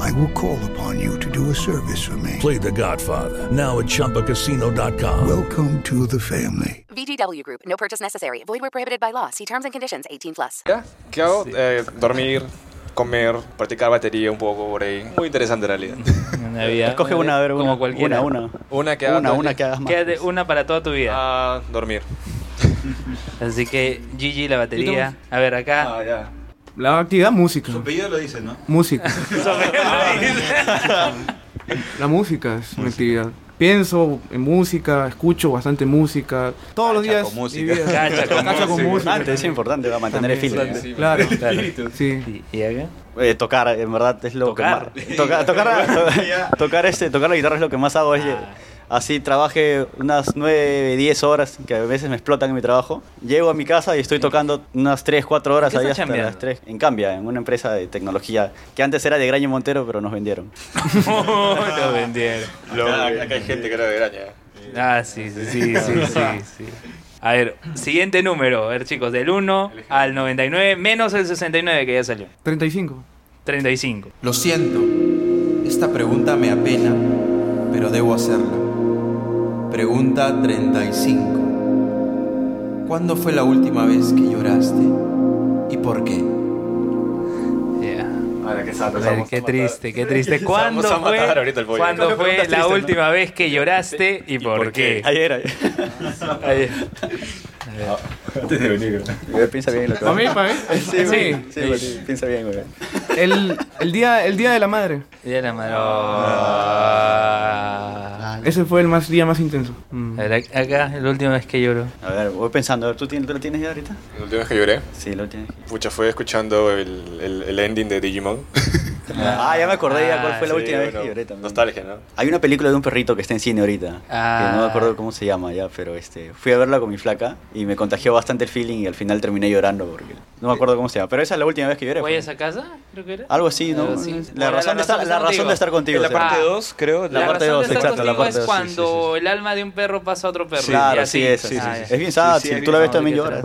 I will call upon you to do a service for me.
Play The Godfather now at ChumbaCasino.com.
Welcome to the family.
VGW Group. No purchase necessary. Void where prohibited by law. See terms and conditions. 18 plus.
¿Qué hago? Eh, dormir, comer, practicar batería un poco por ahí. Muy interesante en
[LAUGHS]
realidad.
Una vida.
Escoge
una, a ver, como cualquiera.
una, una. Una que haga
Una,
todo el
una
día.
que hagas más. Quédate una para toda tu vida.
Ah, dormir.
[LAUGHS] Así que, Gigi, la batería. A ver,
Ah,
acá.
La actividad música.
apellido lo dicen, ¿no? [LAUGHS]
Música.
[LAUGHS]
La música es una actividad. Pienso en música, escucho bastante música. Todos los días. mi vida. Cacha con música.
Importante, es importante para mantener el
También.
feeling.
Claro.
Sí.
¿Y acá?
Eh, tocar, en verdad es lo que más. Toca-
[LAUGHS]
tocar, to- tocar, este, tocar la guitarra es lo que más hago. es-
Ah.
así trabaje unas 9, 10 horas, que a veces me explotan en mi trabajo. Llego a mi casa y estoy tocando unas 3, 4 horas
¿En
ahí
qué estás
hasta
chambeando?
las 3. En Cambia, en una empresa de tecnología que antes era de Graño Montero, pero nos vendieron.
lo vendieron.
Acá, acá hay gente que era de graña.
Ah, sí, sí, sí, sí, sí, sí. A ver, siguiente número. A ver, chicos, del 1 al 99, menos el 69 que ya salió.
35.
35.
Lo siento, esta pregunta me apena, pero debo hacerla. Pregunta 35. ¿Cuándo fue la última vez que lloraste? ¿Y por qué?
Ahora que
A ver, qué triste, qué triste. ¿Cuándo fue, cuándo fue la última vez que lloraste y por, qué?
Ayer, ayer.
[LAUGHS] Ayer.
Antes de venir. [LAUGHS] Piensa bien lo que
¿Para mí? ¿Para mí?
Sí, güey.
Sí.
Sí, güey, Piensa bien, güey.
El, el día, el día de la madre.
Ya la madre.
Ese fue el más, día más intenso. Mm.
A ver, ac- acá, la última vez que lloró.
A ver, voy pensando. a ver, ¿Tú, tienes- tú lo tienes ya ahorita?
La última vez que lloré.
Sí, la última.
Pucha, fue escuchando el, el, el ending de Digimon. Ah,
Ah, ya me acordé ya cuál fue la última vez que lloré también. Nostalgia,
¿no?
Hay una película de un perrito que está en cine ahorita.
Ah.
Que no me acuerdo cómo se llama ya, pero este, fui a verla con mi flaca y me contagió bastante el feeling y al final terminé llorando porque no me acuerdo cómo se llama. Pero esa es la última vez que lloré.
¿Voy a
fue.
esa casa? Creo que era.
Algo así, ¿no?
Algo así.
La,
Bueno,
razón de estar, la razón de estar contigo.
Es la parte
sí.
dos, creo.
La, parte 2, exacto. La parte
es
2.
cuando el alma de un perro pasa a otro perro.
Claro,
Y
sí,
así.
eso.
Ah, ya.
Es bien sad, si tú la ves también lloras.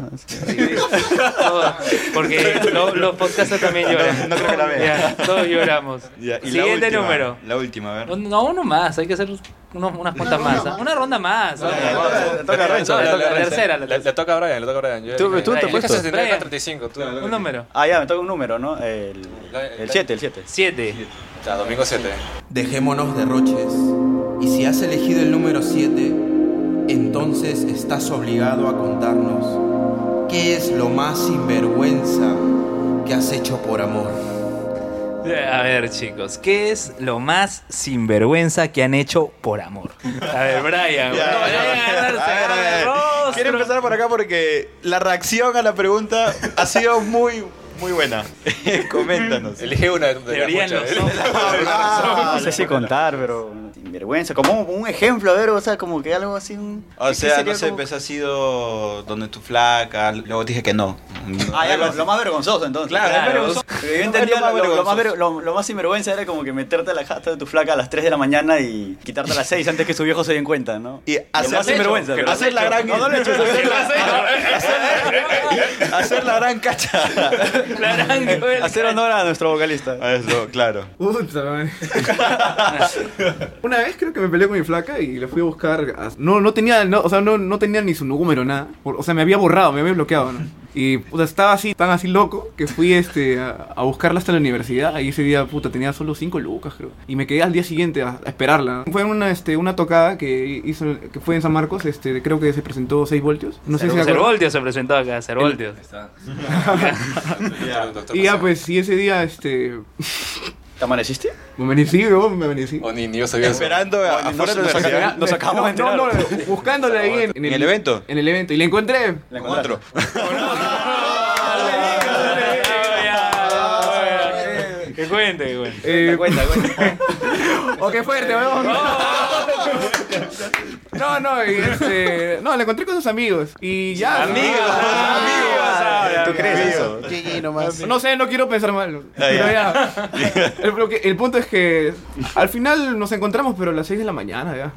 [LAUGHS]
Porque lo- los podcastas también lloran. No, creo que la vean.
[LAUGHS]
Todos lloramos.
Ya, y la
Siguiente
última,
número.
La última, a ver.
No, uno más, hay que hacer uno- unas cuantas más. ¿ah? Una ronda más.
toca a Renzo, le
La
toca a Renzo.
tercera, la
Le- le toca a Brian, le toca a Brian. Yo-
Tú- tú te
Brian,
has puesto.
69, 35, tú.
Un número.
Ah, ya, me toca un número, ¿no? El 7, el 7.
7.
Ya, domingo 7.
Dejémonos derroches. Y si has elegido el número 7, entonces estás obligado a contarnos qué es lo más sinvergüenza que has hecho por amor.
A ver, chicos, ¿qué es lo más sinvergüenza que han hecho
[LAUGHS]
por amor? A ver, Brian.
Ya,
Brian,
Quiero empezar por acá porque la reacción a la pregunta ha sido muy, muy
[LAUGHS]
buena. Coméntanos.
Elige una de
Teoría
muchas,
en
[LAUGHS]
los
¿eh?
Ah, no sé si contar, pero sin vergüenza. Como un ejemplo, a ver, o sea, como que algo así. Un...
O
¿qué
sea,
sería
no sé,
como-
pues ha sido donde tu flaca, luego dije que no.
Ah, ya, lo, lo más vergonzoso entonces.
Claro, es vergonzoso.
Porque Yo entendía
Es
lo,
lo más
lo- lo más
vergonzoso.
ver- lo- lo más sinvergüenza era como que meterte a la jata de tu flaca a las 3 de la mañana y quitarte a las 6 antes que su viejo se den cuenta, ¿no?
Y
lo
hacer
más sinvergüenza. pero-
hacer la gran
No, no lo he hecho, eso sí.
hacer la gran cacha.
Hacer honor a nuestro vocalista.
Eso,
[LAUGHS]
claro.
Puta madre. Una vez creo que me peleé con mi flaca y la fui a buscar. a- No, no tenía, no, o sea, no, no tenía ni su número, nada. O o sea, me había borrado, me había bloqueado, ¿no? Y puta, estaba así, tan así loco, que fui este, a, a buscarla hasta la universidad. Y ese día, puta, tenía solo cinco lucas, creo. Y me quedé al día siguiente a, a esperarla. Fue una, este, una tocada que hizo, que fue en San Marcos, este, creo que se presentó 6 voltios. No sé si se acuerdan.
Cervoltio se presentó acá, Cervoltio.
[LAUGHS]
Y ya, pues, y ese día, este...
¿Te amaneciste?
Me amanecí, bro, me amanecí.
O ni, ni yo sabía eso.
Esperando a- afuera de la universidad.
No, no, buscándola ahí en,
¿En el evento?
En el evento. Y la encontré.
La encontré.
Que cuente, que cuente.
Eh,
Cuenta,
[LAUGHS]
o Oh, qué fuerte, weón. No, no, y este. No, la encontré con sus amigos. Y ya.
Amigos,
amigos.
Ah, ¿Tú crees eso?
No sé, no quiero pensar mal.
Ah,
Pero ya.
[LAUGHS]
El, lo que- el punto es que al final nos encontramos, pero a las 6 de la mañana ya.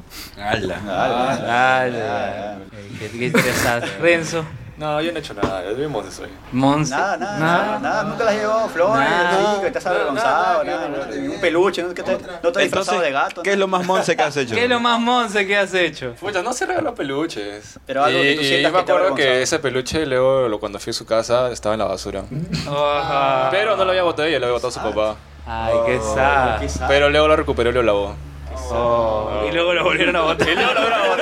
Ala.
Ah,
Ala. Ala. Qué- qué interesante. Renzo.
No, yo no he hecho nada, yo vivo de soy.
Mons.
Nada, nada, nada, nada, nunca las llevó flores, nada, que estás avergonzado, nada, nada, un peluche, no, ¿Qué te, no te has disfrazado de gato.
¿Qué es lo más monse que has hecho?
¿Qué es lo más monse que has hecho?
Pucha, no se regaló peluches.
Pero algo que tú
y,
sientas
y Eh, me
que te
acuerdo
avergonzaba.
que ese peluche, luego lo- cuando fui a su casa, estaba en la basura.
Mm. Oh, Ajá.
Pero no lo había botado ella, lo había botado su papá.
Ay, qué sad. qué sad.
Pero luego lo recuperó y lo lavó.
Y luego lo volvieron a botar.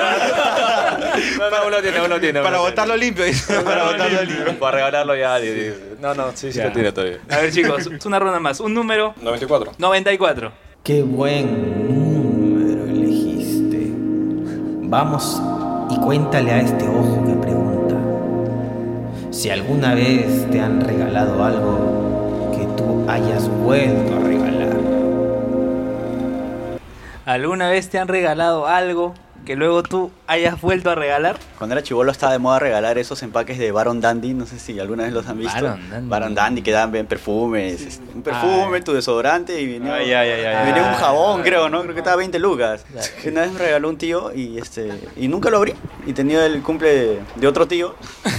[LAUGHS]
No, no, uno tiene, uno tiene.
Para botarlo limpio.
para botarlo limpio. Para regalarlo ya. di- di- No, no, sí, sí
Ya.
lo tiene todavía.
A ver, chicos, es una ronda más. Un número.
94.
94.
Qué buen número elegiste.
Vamos y cuéntale a este ojo que pregunta si alguna vez te han regalado algo que tú hayas vuelto a regalar.
¿Alguna vez te han regalado algo que luego tú hayas vuelto a regalar?
Cuando era chivolo estaba de moda regalar esos empaques de Baron Dandy, no sé si alguna vez los han visto.
Baron Dandy. Ah,
Baron Dandy, que daban bien perfumes, este, un perfume, tu desodorante y venía,
ay,
venía un
ay,
jabón, creo, ¿no? Creo que estaba 20 lucas.
Claro.
Una vez me regaló un tío y este y nunca lo abrí y tenía el cumple de, de otro tío. [LAUGHS]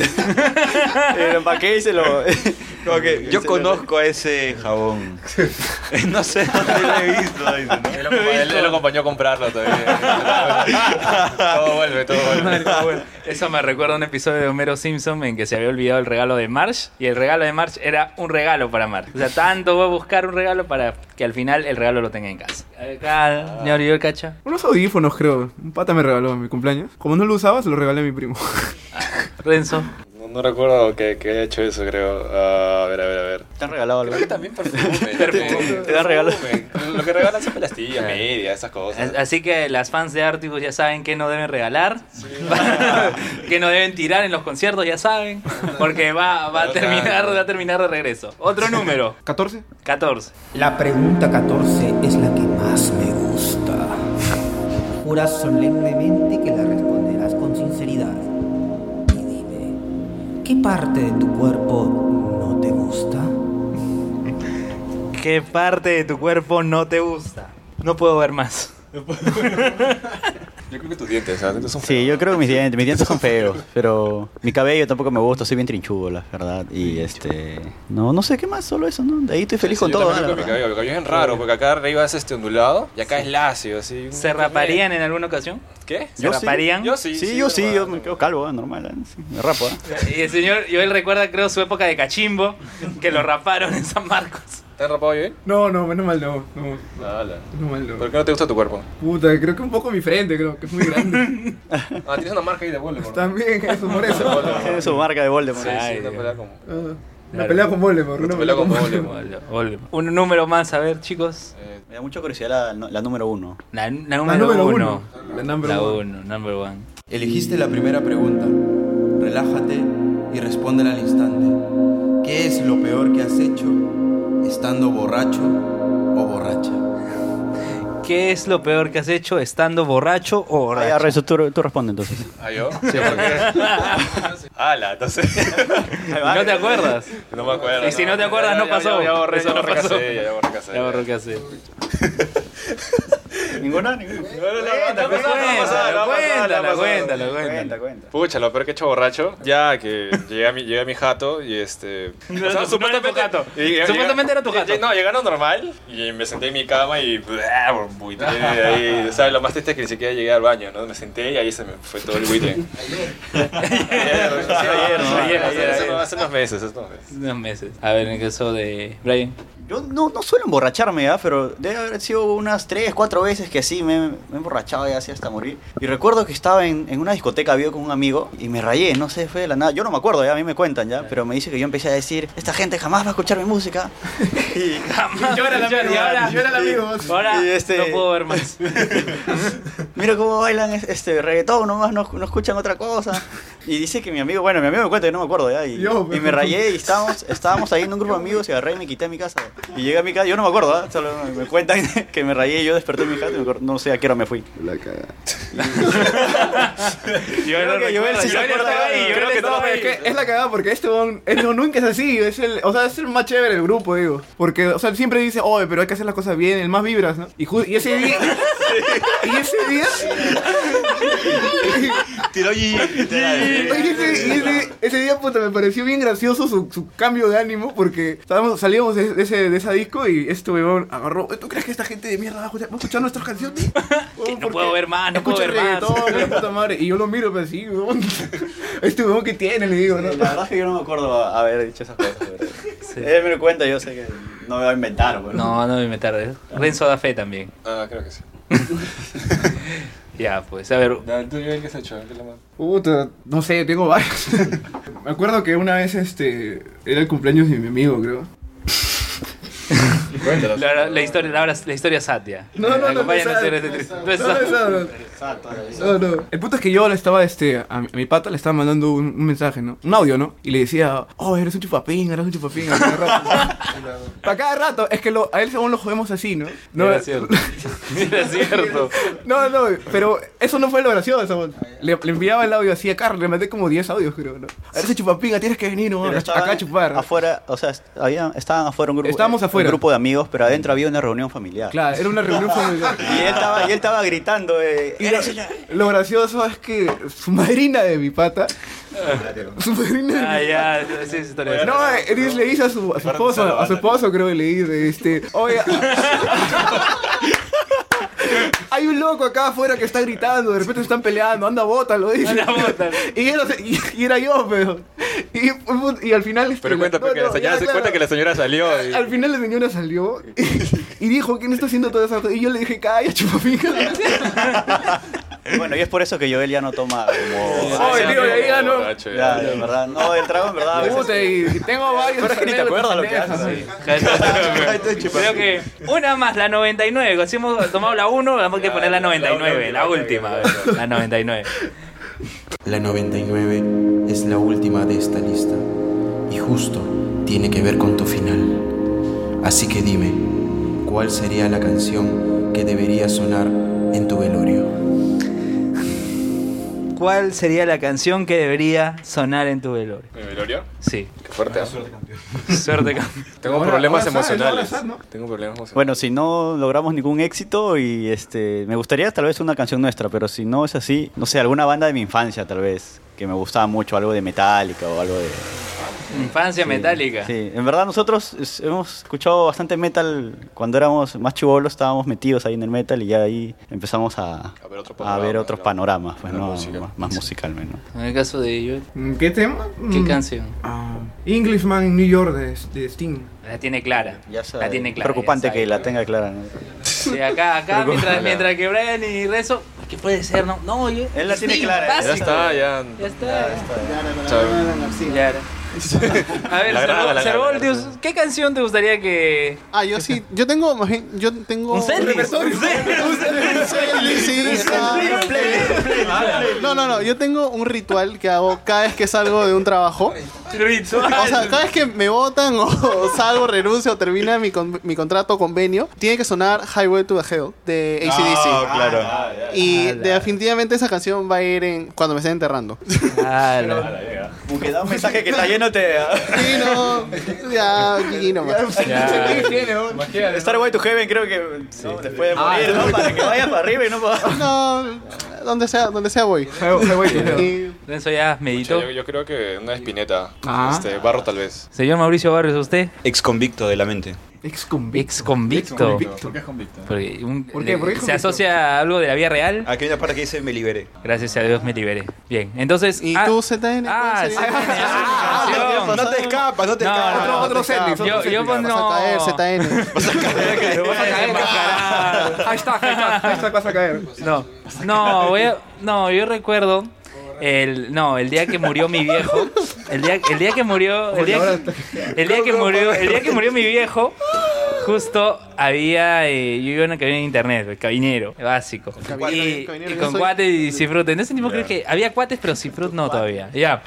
Eh, lo empaqué y se lo
Como que yo conozco a ese jabón. no sé dónde lo he visto. dice, ¿no?
Él, lo acompa- él- él lo acompañó a comprarlo todavía. Ah. [LAUGHS] todo vuelve, todo
[LAUGHS]
vuelve.
Eso me recuerda a un episodio de Homero Simpson en que se había olvidado el regalo de Marge y el regalo de Marge era un regalo para Marge. O sea, tanto voy a buscar un regalo para que al final el regalo lo tenga en casa. Acá, señor y yo, cacha.
Unos audífonos, creo. Un pata me regaló en mi cumpleaños. Como no lo usaba, se lo regalé a
[LAUGHS]
mi primo.
Renzo.
No, no recuerdo que, que haya hecho eso, creo. Ah, a ver, a ver, a ver.
Te han regalado algo.
también perfume.
Perfume. Te dan regalos.
Lo que regalan
[LAUGHS]
siempre las tías, media, esas cosas.
A- Así que las fans de Artibus ya saben que no deben regalar, [LAUGHS] que no deben tirar en los conciertos, ya saben, porque va, va, a, terminar, va a terminar de regreso. Otro número.
¿14?
14.
La pregunta 14 es la que más me gusta. Jura solemnemente que la responderás con sinceridad. Y dime, ¿qué parte de tu cuerpo no te gusta?
¿Qué [LAUGHS] parte de tu cuerpo no te gusta? No puedo ver más.
Yo creo que tus dientes, ¿sabes? Tus dientes son
Sí, yo creo que mis dientes, mis dientes son feos, pero mi cabello tampoco me gusta, soy bien trinchudo, la verdad. Y este, no, no sé qué más, solo eso, ¿no? De ahí estoy feliz
Sí,
con
yo
todo.
también
¿no?
creo que mi cabello, mi cabello es bien raro, porque acá arriba es este ondulado y acá es lacio, así.
¿Se raparían en alguna ocasión?
¿Qué?
¿Se
Yo sí.
raparían?
Yo sí. Sí, yo sí, yo me quedo calvo, ¿eh? normal, ¿eh? Sí, me rapo. ¿eh?
Y el señor, yo él recuerda, creo, su época de cachimbo, que lo raparon en San Marcos.
¿Te has rapado bien?
No, no, menos mal no. no.
No,
mal no.
¿Por qué no te gusta tu cuerpo?
Puta, creo que un poco mi frente, creo que es muy grande.
Ah, tienes una marca ahí de Voldemort.
También, eso, por eso.
[LAUGHS] Tiene su marca de Voldemort.
Sí, sí,
Ay,
una pelea como...
Ah, Una
Claro.
pelea con Voldemort. Una pelea con Voldemort.
Un número más, a ver, chicos.
Eh, Me da mucha curiosidad la, no- la número uno.
La, la
La
número,
número
uno.
uno. La number
la
one.
uno, number one.
Elegiste la primera pregunta. Relájate y respóndela al instante. ¿Qué es lo peor que has hecho estando borracho o borracha?
¿Qué es lo peor que has hecho estando borracho o
Ay,
borracho?
Arrezo, [LAUGHS] tú, tú responde entonces.
¿Ah, yo?
[LAUGHS]
[LAUGHS]
Sí, porque... Ala, [LAUGHS] entonces...
¿No te acuerdas?
No me acuerdo.
Y si no te acuerdas,
Ya,
no
ya,
pasó.
Ya, ya borré,
Eso
ya
no
borré
pasó.
casé, ya borré casé.
Ya borró que
[LAUGHS]
hacer.
Ninguna, ninguna.
Cuéntala,
Cuéntala,
cuéntala,
cuéntala,
cuéntala.
Pucha, lo peor que he hecho borracho, ya que llegué a mi, llegué a mi jato y este...
No, no era tu gato.
y- y-
Supuestamente era tu
y-
gato.
No, llegaron normal y me senté en mi cama y... bla, buité ahí, ¿sabes? Lo más triste es que ni siquiera llegué al baño, ¿no? Me senté y ahí se me fue todo el buitre. Ayer, recién ayer,
No,
¿no?
ayer,
Hace-
ayer,
hace-
ayer.
Hace [LAUGHS] unos meses, hace unos meses.
Unos meses. A ver, en el caso de Brian.
Yo no, no suelo emborracharme, ¿ah? pero debe haber sido unas 3, 4 veces que sí me, me he emborrachado ya así hasta morir. Y recuerdo que estaba en, en una discoteca vivo con un amigo y me rayé, no sé, fue de la nada. Yo no me acuerdo, ya a mí me cuentan ya, pero me dice que yo empecé a decir, esta gente jamás va a escuchar mi música. y
Yo era el amigo,
Y
ahora-
yo era el amigo.
Ahora
Y este-
no puedo ver más.
Mira cómo bailan es- este reggaetón, nomás no, no escuchan otra cosa. Y dice que mi amigo, bueno, mi amigo me cuenta que no me acuerdo ya. Y,
Yo,
y me rayé y estábamos, estábamos ahí en un grupo de amigos y agarré y me quité a mi casa. Y llegué a mi casa, yo no me acuerdo, ¿ah? solo me- me cuentan [LAUGHS] que me rayé y yo desperté en mi casa y me acuerdo- no sé a qué hora me fui. La cagada.
Yo
Creo que Joel sí se acuerda. Creo que no, pero es que es la cagada porque este bon, esto nunca es así. Es el, o sea, es el más chévere del grupo, digo. Porque, o sea, él siempre dice, oye, pero hay que hacer las cosas bien, el más vibras, ¿no? Y, ju- y ese
[LAUGHS]
día. y ese día.
Tiró y...
Oye, ese, y ese- ese día, puta, me pareció bien gracioso su, su cambio de ánimo porque estábamos, salíamos de, de ese, de esa disco y este weón agarró. "Oye, ¿Tú crees que esta gente de mierda va a escuchar, va a escuchar nuestras canciones? Weón,
No
porque
puedo ver más, no puedo
escucha
ver más.
reggaetón, la puta madre. Y yo lo miro, pero sí, weón. [LAUGHS] Este weón que tiene, le digo, ¿no?
La verdad es que yo no me acuerdo a- haber dicho esas cosas. pero- Él me lo cuenta, yo sé que no me va a inventar. pues. pero- [LAUGHS]
No, no me meter. Renzo da fe también.
Ah, creo que sí.
Ya, pues, a ver.
¿Tú, Joel, qué has hecho? ¿Qué le mandas?
Puta, no sé, tengo varios. Me acuerdo que una vez este era el cumpleaños de mi amigo, creo.
La, la- la historia, la, la historia satia.
No, no, no, no es
Acompáñanos
sad,
en este
no es
tri-
sad.
no es
No, no es sad, no. No, no. El punto es que yo le estaba, este, a mi, a mi pata le estaba mandando un, un mensaje, ¿no? Un audio, ¿no? Y le decía, oh, eres un chupapín, eres un chupapín. a cada rato. Para cada rato, es que lo- a él según lo jodemos así, ¿no? No,
Era cierto. Era cierto.
no, no, pero eso no fue lo gracioso. ¿sabes? Le, le enviaba el audio así a Carlos, le mandé como 10 audios, creo, ¿no? Eres un chupapinga, tienes que venir, ¿no?
Pero
Acá a chupar.
Afuera, o sea, est- había- estaban afuera un grupo, eh,
Estábamos
un
afuera.
grupo de amigos, pero adentro había una reunión familiar.
Claro, era una reunión familiar.
[LAUGHS] Y él estaba, y él estaba gritando. eh,
Y lo, lo gracioso es que su madrina de mi pata.
[LAUGHS]
Su madrina de mi
Ah, ya, esa es historia.
No, Edith le dice a su, a su esposo, a su esposo creo que le dice, este, oye, hay un loco acá afuera que está gritando, de repente están peleando, anda, bótalo, dice. [LAUGHS] y, era, y, y era yo, pero, y, y al final... este,
Pero cuenta,
no,
que la
no,
señora
ya,
se
claro.
cuenta que la señora salió. y-
Al final la señora salió y, y dijo, ¿quién está haciendo todas esas cosas? Y yo le dije, calla, chupapinga.
Bueno, y es por eso que Joel ya no toma como.
Ay,
ya
tío,
no-
ya, ya no.
borracho,
Ya,
ya.
de verdad. No, el trago en verdad. a veces-
Puta, y, y tengo varios...
Pero es que Ah, ni te acuerdas lo que
anécdotas,
haces.
¿no?
Creo que una más, la 99. Cuando hemos tomado la 1, vamos que poner la 99, la última. a ver, La 99.
La 99 es la última de esta lista y justo tiene que ver con tu final. Así que dime, ¿cuál sería la canción que debería sonar en tu velorio?
¿Cuál sería la canción que debería sonar en tu velorio?
¿Mi velorio?
Sí.
Qué [LAUGHS] fuerte. ¿ah?
Suerte, campeón.
Tengo problemas emocionales. Tengo problemas emocionales. [LAUGHS]
Bueno, si no logramos ningún éxito y este, me gustaría tal vez una canción nuestra, pero si no es así, no sé, alguna banda de mi infancia tal vez, que me gustaba mucho, algo de Metallica o algo de...
Infancia metálica.
Sí, en verdad nosotros es- hemos escuchado bastante metal cuando éramos más chivolos, estábamos metidos ahí en el metal y ya ahí empezamos a, a ver, otros panoramas, pues, ¿no? más, más musicalmente. ¿no?
En el caso de
Mm, ¿Qué tema?
¿Qué
Mm,
canción?
ah, Englishman in New York de, de Sting.
La tiene clara. La tiene clara.
Preocupante que la tenga clara. ¿no?
Sí, acá, acá,
Preocupante.
mientras, mientras que Brian y Rezo. ¿Qué puede ser? No, no, yo.
Él la tiene
Sí,
clara,
fácil.
Ya está, ya.
Ya está.
Ya
era. A ver,
La graba,
Cervo-
la graba,
Cervoltius, ¿qué canción te gustaría que.?
Ah, yo sí, yo tengo, más bien, yo tengo...
Un setlist.
repertorio.
Un setlist.
Un setlist, sí,
Un
está.
setlist.
No, no, no, yo tengo un ritual que hago cada vez que salgo de un trabajo.
Ritual.
O sea, cada vez que me votan o [LAUGHS] salgo, renuncio o termina mi, con- mi contrato o convenio, tiene que sonar Highway to the Hell de ACDC.
Ah, claro. Ah,
Y
Ah,
definitivamente esa canción va a ir en cuando me estén enterrando. [LAUGHS]
Aunque da un mensaje que está lleno te...
Sí,
[LAUGHS]
no. Ya, y nomás.
Star Way to Heaven creo que ¿no? después de morir, Ah, ¿no? Para que vaya para arriba y no para
[LAUGHS] No, donde sea, donde sea voy. Y-
Renzo ya meditó.
Yo, yo creo que una espineta.
Ah.
Este, barro tal vez.
Señor Mauricio Barrios, ¿usted?
Ex convicto de la mente.
Ex convicto.
Ex convicto.
¿Por qué es convicto?
Porque un-
¿Por qué? ¿Por qué
se
convicto?
asocia a algo de la vida real.
Aquí hay una parte que dice me liberé.
Gracias a Dios me liberé. Bien, entonces. ¿Y
tú, ZN?
Ah, sí.
Ah,
No te escapas, no te escapas.
no, no, te escapas. Yo- yo pondré-
Vas a caer, ZN.
Ah, Hashtag, hashtag, hashtag vas a caer.
No, no, voy a- no, yo recuerdo el, no, el día que murió mi viejo, el día, el día que murió, el día, que- el día que murió, el día que murió mi viejo, justo había, eh, yo iba en una cabina de internet, el cabinero, básico, y,
cabinero,
y
yo
con
soy-
cuates y cifrut, en ese tiempo creo que había cuates pero cifrut no todavía, ya,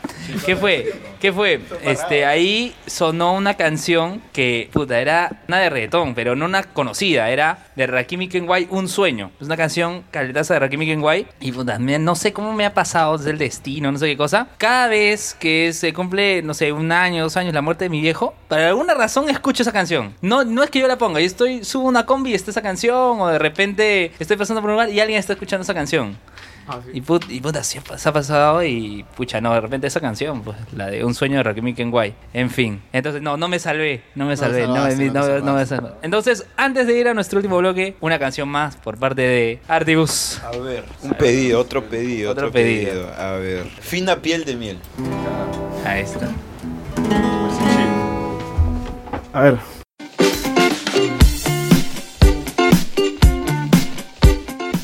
¿qué fue? ¿Qué fue? Este, ahí sonó una canción que, puta, era una de reggaetón, pero no una conocida, era de Rakimi Kenway, Un Sueño. Es una canción caletaza de Rakimi Kenway. Y, puta, me- no sé cómo me ha pasado, es el destino, no sé qué cosa. Cada vez que se cumple, no sé, un año, dos años, la muerte de mi viejo, para alguna razón escucho esa canción. No, no es que yo la ponga, yo estoy, subo una combi y está esa canción, o de repente estoy pasando por un lugar y alguien está escuchando esa canción. Y, put- y puta, se ha pas- se ha pasado y pucha, no, de repente esa canción, pues, la de Un sueño de Rakimi Kenway. En fin, entonces no, no me salvé, no me
No
salvé, no,
salvaste,
me-
no te
no- no me
salvaste.
salvé. Entonces, antes de ir a nuestro último bloque, una canción más por parte de Artibus.
A ver, un pedido, otro pedido, otro, pedido. A ver. Fina piel de miel.
Ahí está.
A ver.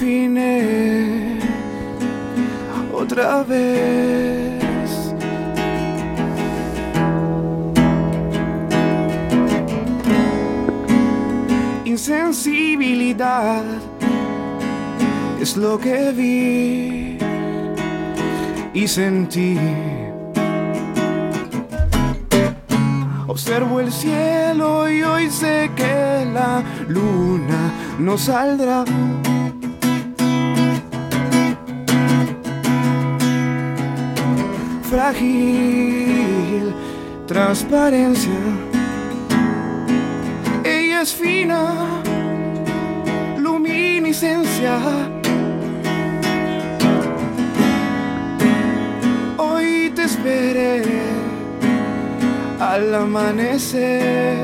Desafiné otra vez.
Insensibilidad es lo que vi y sentí. Observo el cielo y hoy sé que la luna no saldrá. Frágil transparencia. Ella es fina, luminiscencia. Hoy te esperé al amanecer.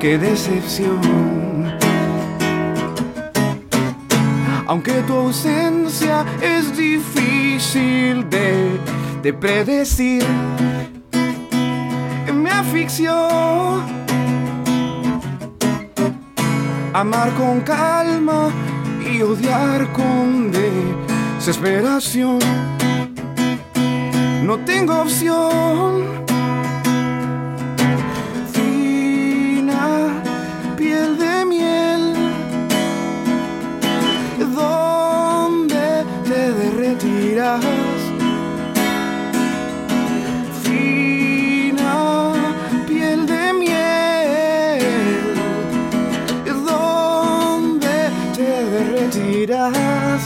Qué decepción.
Aunque tu ausencia es difícil de, de predecir, me asfixió. Amar con calma y odiar con desesperación. No tengo opción. Fina piel de miel, donde te derretirás. Fina piel de miel, donde te derretirás.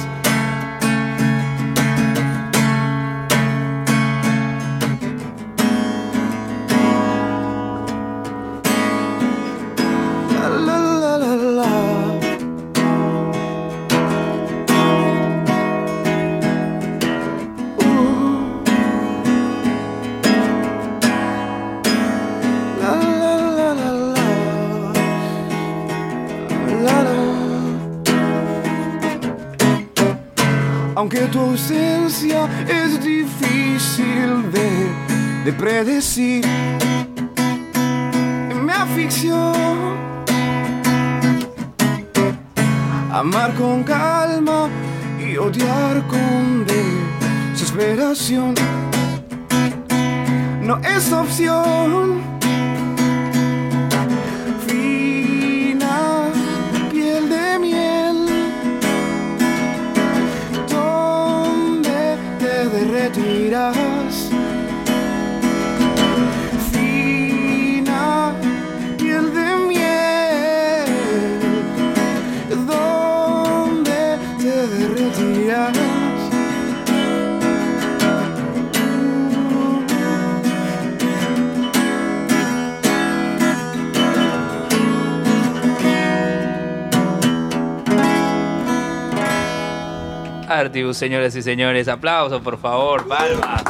La, la, la, la, la. Uh. La, la, la, la, la. La, la. Aunque tu ausencia es difícil de, de predecir, me aficionó. Amar con calma y odiar con desesperación no es opción. Fina piel de miel, donde te derretirás. Fina piel de miel donde te derretirás.
Artibus, señoras y señores, aplausos, por favor, palmas.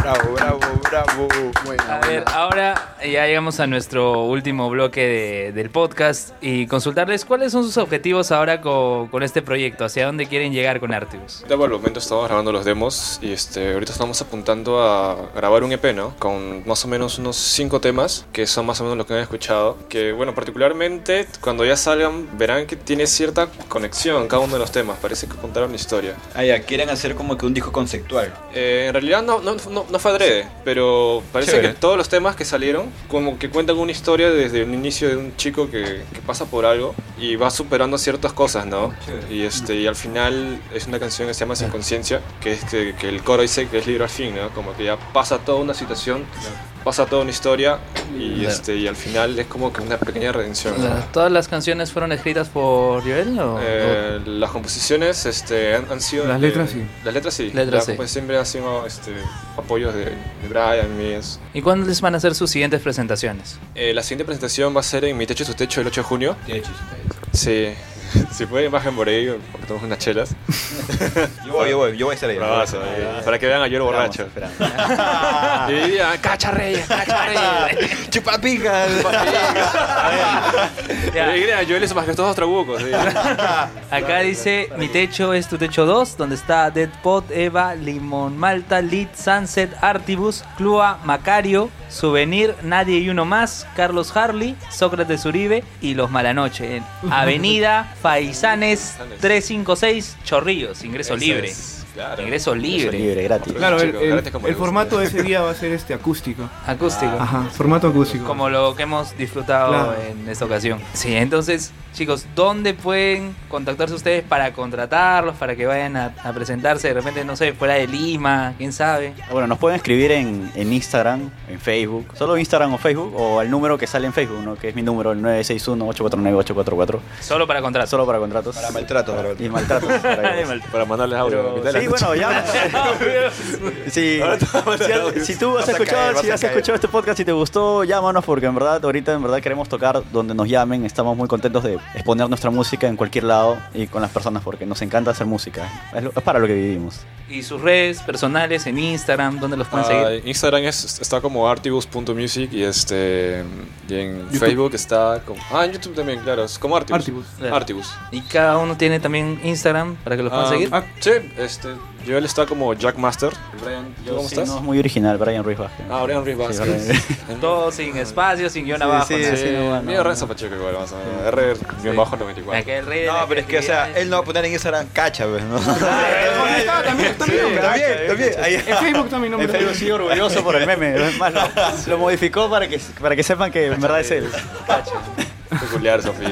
Bravo, bravo, bravo.
A ver, ahora ya llegamos a nuestro último bloque de- del podcast y consultarles cuáles son sus objetivos ahora co- con este proyecto, hacia dónde quieren llegar con Artibus.
Ahorita por el momento estamos grabando los demos y este, ahorita estamos apuntando a grabar un EP, ¿no? Con más o menos unos 5 temas, que son más o menos lo que han escuchado. Que bueno, particularmente cuando ya salgan verán que tiene cierta conexión cada uno de los temas, parece que contaron una historia.
Ah, ya, quieren hacer como que un disco conceptual.
Eh, en realidad no, no, no, no fue adrede, pero parece
Chévere.
que todos los temas que salieron como que cuentan una historia desde el inicio de un chico que, que pasa por algo y va superando ciertas cosas, ¿no? Y, este, y al final es una canción que se llama Sin Conciencia, que, es que, que el coro dice que es libro al fin, ¿no? Como que ya pasa toda una situación, pasa toda una historia y,
Claro.
este, y al final es como que una pequeña redención. ¿no?
¿Todas las canciones fueron escritas por Joel o...?
Eh, las composiciones este, han, han sido.
Las
de-
letras sí.
Las letras sí.
Letras
Las
sí.
composiciones siempre han sido este, apoyos de, de Brian, mías.
¿Y cuándo les van a hacer sus siguientes presentaciones?
Eh, la siguiente presentación va a ser en Mi Techo y Tu Techo el 8 de junio. Sí. [LAUGHS] Si pueden, bajen por ahí porque tomamos unas chelas.
[LAUGHS] Yo voy, yo voy, yo voy a estar ahí. Ah,
Bravazo, eh, Para que vean a yo el borracho. Y digan, cacha reyes,
[LAUGHS]
cacha reyes.
Chupapica. [LAUGHS]
Y digan, Joel es más que todos trabucos. sí.
Acá dice, mi techo es tu techo 2, donde está Deadpot, Eva, Limón Malta, Lead, Sunset, Artibus, Clua, Macario, Souvenir, Nadie y Uno Más, Carlos Harley, Sócrates Uribe y
[LAUGHS]
Los Malanoche. En Avenida Faisanes 356, Chorrillos, ingreso
Eso
libre.
es, claro.
Ingreso libre.
libre, gratis.
Claro, el,
Chico,
el-
gratis como
el
le gusta.
formato de ese día va a ser este acústico.
Acústico.
Ajá, formato acústico.
Como lo que hemos disfrutado
Claro.
en esta ocasión. Sí, entonces, chicos, ¿dónde pueden contactarse ustedes para contratarlos, para que vayan a, a presentarse de repente, no sé, fuera de Lima, quién sabe?
Ah, Bueno, nos pueden escribir en, en Instagram, en Facebook, solo Instagram o Facebook, o al número que sale en Facebook, ¿no? que es mi número, el 961-849-844.
Solo para contratos. [LAUGHS]
Solo para contratos. Para maltratos. Y maltratos. para,
mal-
para mandarles
audio.
Invitarles
Sí, bueno, ya.
[LAUGHS]
Ah,
Sí. Si, has- si tú has escuchado, si has escuchado este podcast y te gustó, llámanos porque en verdad ahorita en verdad queremos tocar donde nos llamen. Estamos muy contentos de exponer nuestra música en cualquier lado y con las personas porque nos encanta hacer música. Es, lo- es para lo que vivimos.
Y sus redes personales en Instagram, ¿dónde los pueden
Ah,
seguir?
en Instagram es- está como artibus.music y este y en
YouTube.
Facebook está como ah en YouTube también claro es como artibus artibus,
Claro. Y cada uno tiene también Instagram para que los puedan
Ah,
seguir.
ah, sí este Joel está como Jackmaster Brian ¿yo cómo
Sí,
estás
No es muy original, Brian Ruiz Vázquez.
ah Brian Ruiz
Sí,
[LAUGHS] Vázquez.
Brian.
Todo sin espacio, sin guión abajo.
sí,
nada.
sí, no, no, no. Pacheco igual más o menos R guión bajo 94
No, pero es que, o sea, él no va a poner en Instagram cacha, pues, ¿no?
[LAUGHS]
también,
Sí, también, también. Ahí-
En
[LAUGHS]
Facebook también,
En
nombre.
Facebook sigue orgulloso por el meme. Es más, lo, lo modificó para que, para que sepan que en verdad es él.
peculiar Sofía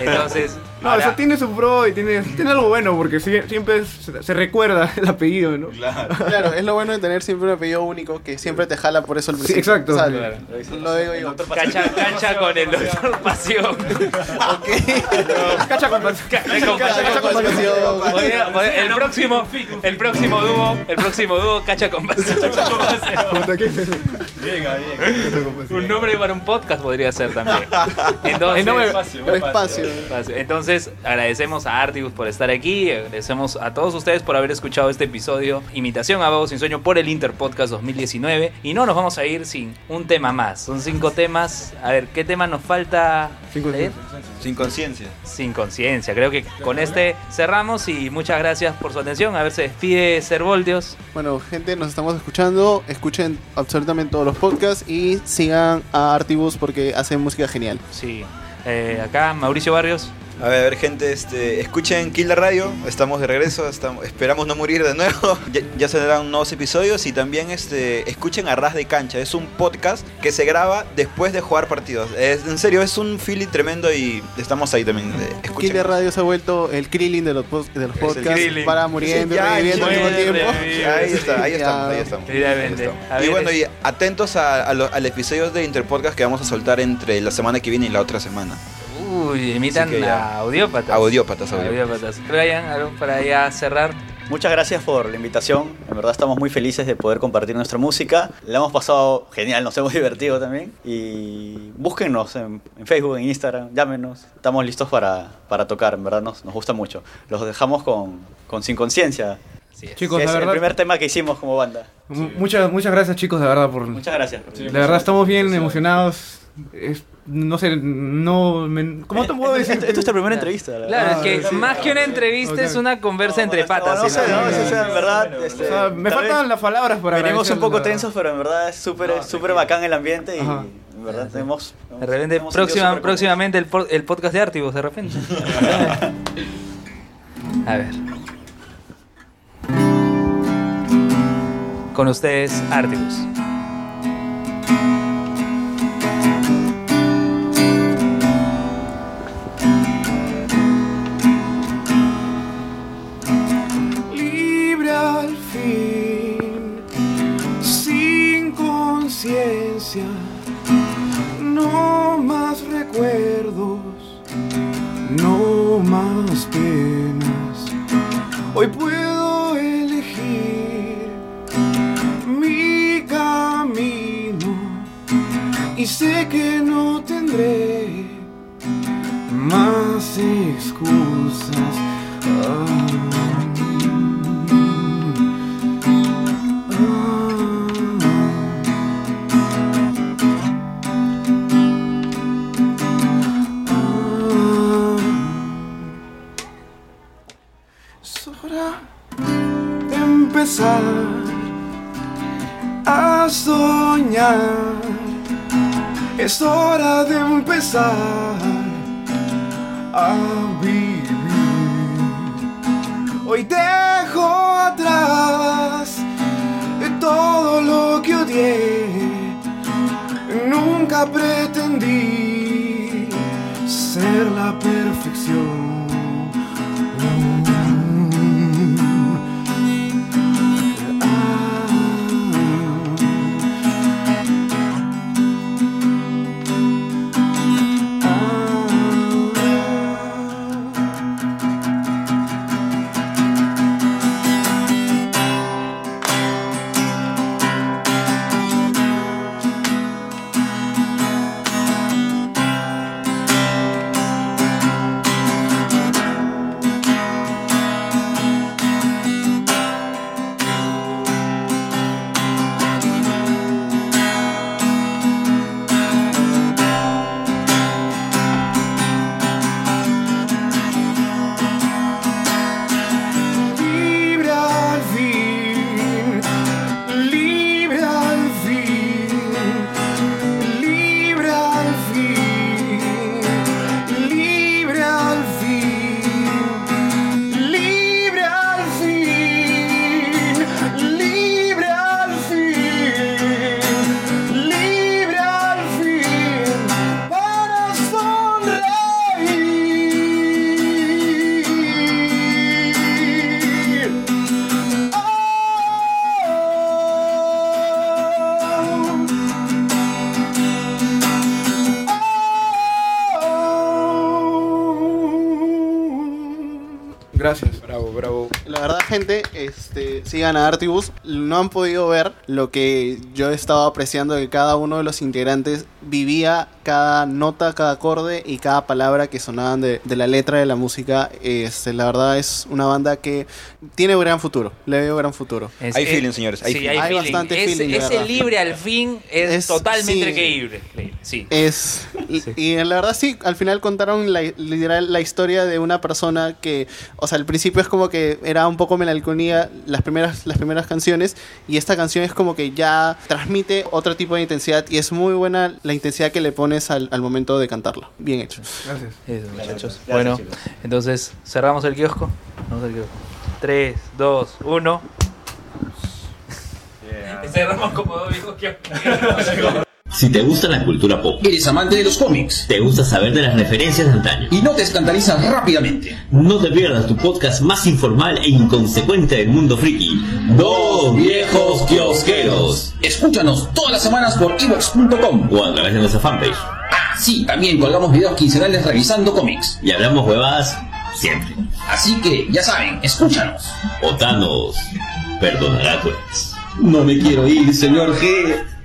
entonces
No, o sea, tiene su pro y tiene, tiene algo bueno porque sie- siempre es- se, se recuerda el apellido, ¿no?
Claro, es lo bueno de tener siempre un apellido único que siempre te jala por eso el principio.
exacto.
O sea,
Claro.
Lo digo yo.
Cancha, cancha con el doctor Pasión.
[LAUGHS] Cacha con pasión.
Cacha con pasión. Podría- podría- El próximo, el próximo dúo, el próximo dúo, cacha [LAUGHS] con pasión. [LAUGHS] Un nombre para un podcast podría ser también. Entonces,
El nombre- Espacio, un espacio.
Espacio. Entonces, agradecemos a Artibus por estar aquí, agradecemos a todos ustedes por haber escuchado este episodio, Imitación a Vago Sin Sueño por el Interpodcast 2019. Y no nos vamos a ir sin un tema más. Son cinco temas. A ver, ¿qué tema nos falta? leer?
Sin conciencia.
Sin conciencia. Creo que con este cerramos y muchas gracias por su atención. A ver, se despide Servoldios.
Bueno, gente, nos estamos escuchando. Escuchen absolutamente todos los podcasts y sigan a Artibus porque hacen música genial. Eh,
Sí.
Eh,
Eh, acá, Mauricio Barrios.
A ver, a ver, gente, este, escuchen Kill la Radio, estamos de regreso, estamos, esperamos no morir de nuevo. [LAUGHS] Ya, ya saldrán nuevos episodios y también este, escuchen a Ras de Cancha, es un podcast que se graba después de jugar partidos. Es- en serio, es un feeling tremendo y estamos ahí también. eh, Escuchen.
Killer Radio se ha vuelto el Krillin de los, pos- de los
Es el
podcasts
Krillin.
para muriendo y
Ya,
reviviendo al mismo
muere,
tiempo.
revive. Ahí está, ahí
Ya.
estamos, ahí estamos.
Literalmente.
Ahí estamos.
A
Y
ver,
bueno,
es-
y atentos a, a lo- al episodio de Interpodcast que vamos a soltar entre la semana que viene y la otra semana.
Uy, imitan
Así que ya.
a audiópatas.
Audiópatas,
audiópatas. Brian, algo para ya cerrar.
Muchas gracias por la invitación. En verdad estamos muy felices de poder compartir nuestra música. La hemos pasado genial, nos hemos [LAUGHS] divertido también. Y búsquennos en, en Facebook, en Instagram, llámenos. Estamos listos para, para tocar, en verdad nos, nos gusta mucho. Los dejamos con, con Sin Conciencia.
Chicos,
es
la
el
verdad-
primer tema que hicimos como banda.
Mu- Muchas, muchas gracias, chicos, de verdad. Por,
Muchas gracias.
La verdad, estamos bien emocionados. Es- no sé, no. me- ¿Cómo te puedo
Eh,
decir?
Esto, esto es tu primera entrevista. la
Claro,
Ah,
verdad.
es que más que una entrevista es una conversa entre patas.
no
¿sí?
sé, no, sí, o sea, en verdad. este,
me
tal
faltan
vez
las palabras para
Venimos un
agradecerles,
poco
la verdad.
tensos, pero en verdad es súper súper bacán el ambiente y
Ajá.
en verdad tenemos.
De repente,
hemos sentido
próxima,
súper
próximamente el, por- el podcast de Artibus,
[LAUGHS]
de repente. A ver. Con ustedes, Artibus.
libre al fin, sin conciencia, no más recuerdos, no más penas. Hoy puedo elegir mi camino y sé que no tendré más excusas. Ah. Es hora de empezar a soñar. Es hora de empezar a vivir. Hoy dejo atrás todo lo que odié. Nunca pretendí ser la perfección.
Gracias.
Bravo, bravo.
La verdad, gente, este, sigan a Artibus. No han podido ver lo que yo estaba apreciando de que cada uno de los integrantes vivía cada nota, cada acorde y cada palabra que sonaban de, de la letra de la música. Este, la verdad es una banda que tiene gran futuro. Le veo gran futuro.
Es- Hay es- feeling, señores, hay sí, feeling. hay feeling.
bastante
Ese-
feeling. la
ese
verdad.
libre al fin es,
Es-
totalmente
sí.
creíble. creíble, Sí.
Es, y, y la verdad sí, al final contaron la, literal la historia de una persona que, o sea, al principio es como que era un poco melancolía las primeras, las primeras canciones y esta canción es como que ya transmite otro tipo de intensidad y es muy buena la intensidad que le pones al, al momento de cantarla. Bien hecho.
Gracias.
Eso, muchachos.
Gracias,
bueno,
chicos.
entonces cerramos el kiosco. Vamos al kiosco. 3, 2, 1.
Cerramos como dos viejos que
Si te gusta la cultura pop, eres amante de los cómics, te gusta saber de las referencias de antaño y no te escandalizas rápidamente, no te pierdas tu podcast más informal e inconsecuente del mundo friki, Dos Viejos Kiosqueros. Escúchanos todas las semanas por ivox.com o a través de nuestra fanpage. Ah, sí, también colgamos videos quincenales revisando cómics Y hablamos huevadas siempre. Así que, ya saben, escúchanos. Otanos, perdonará pues. No me quiero ir, señor G.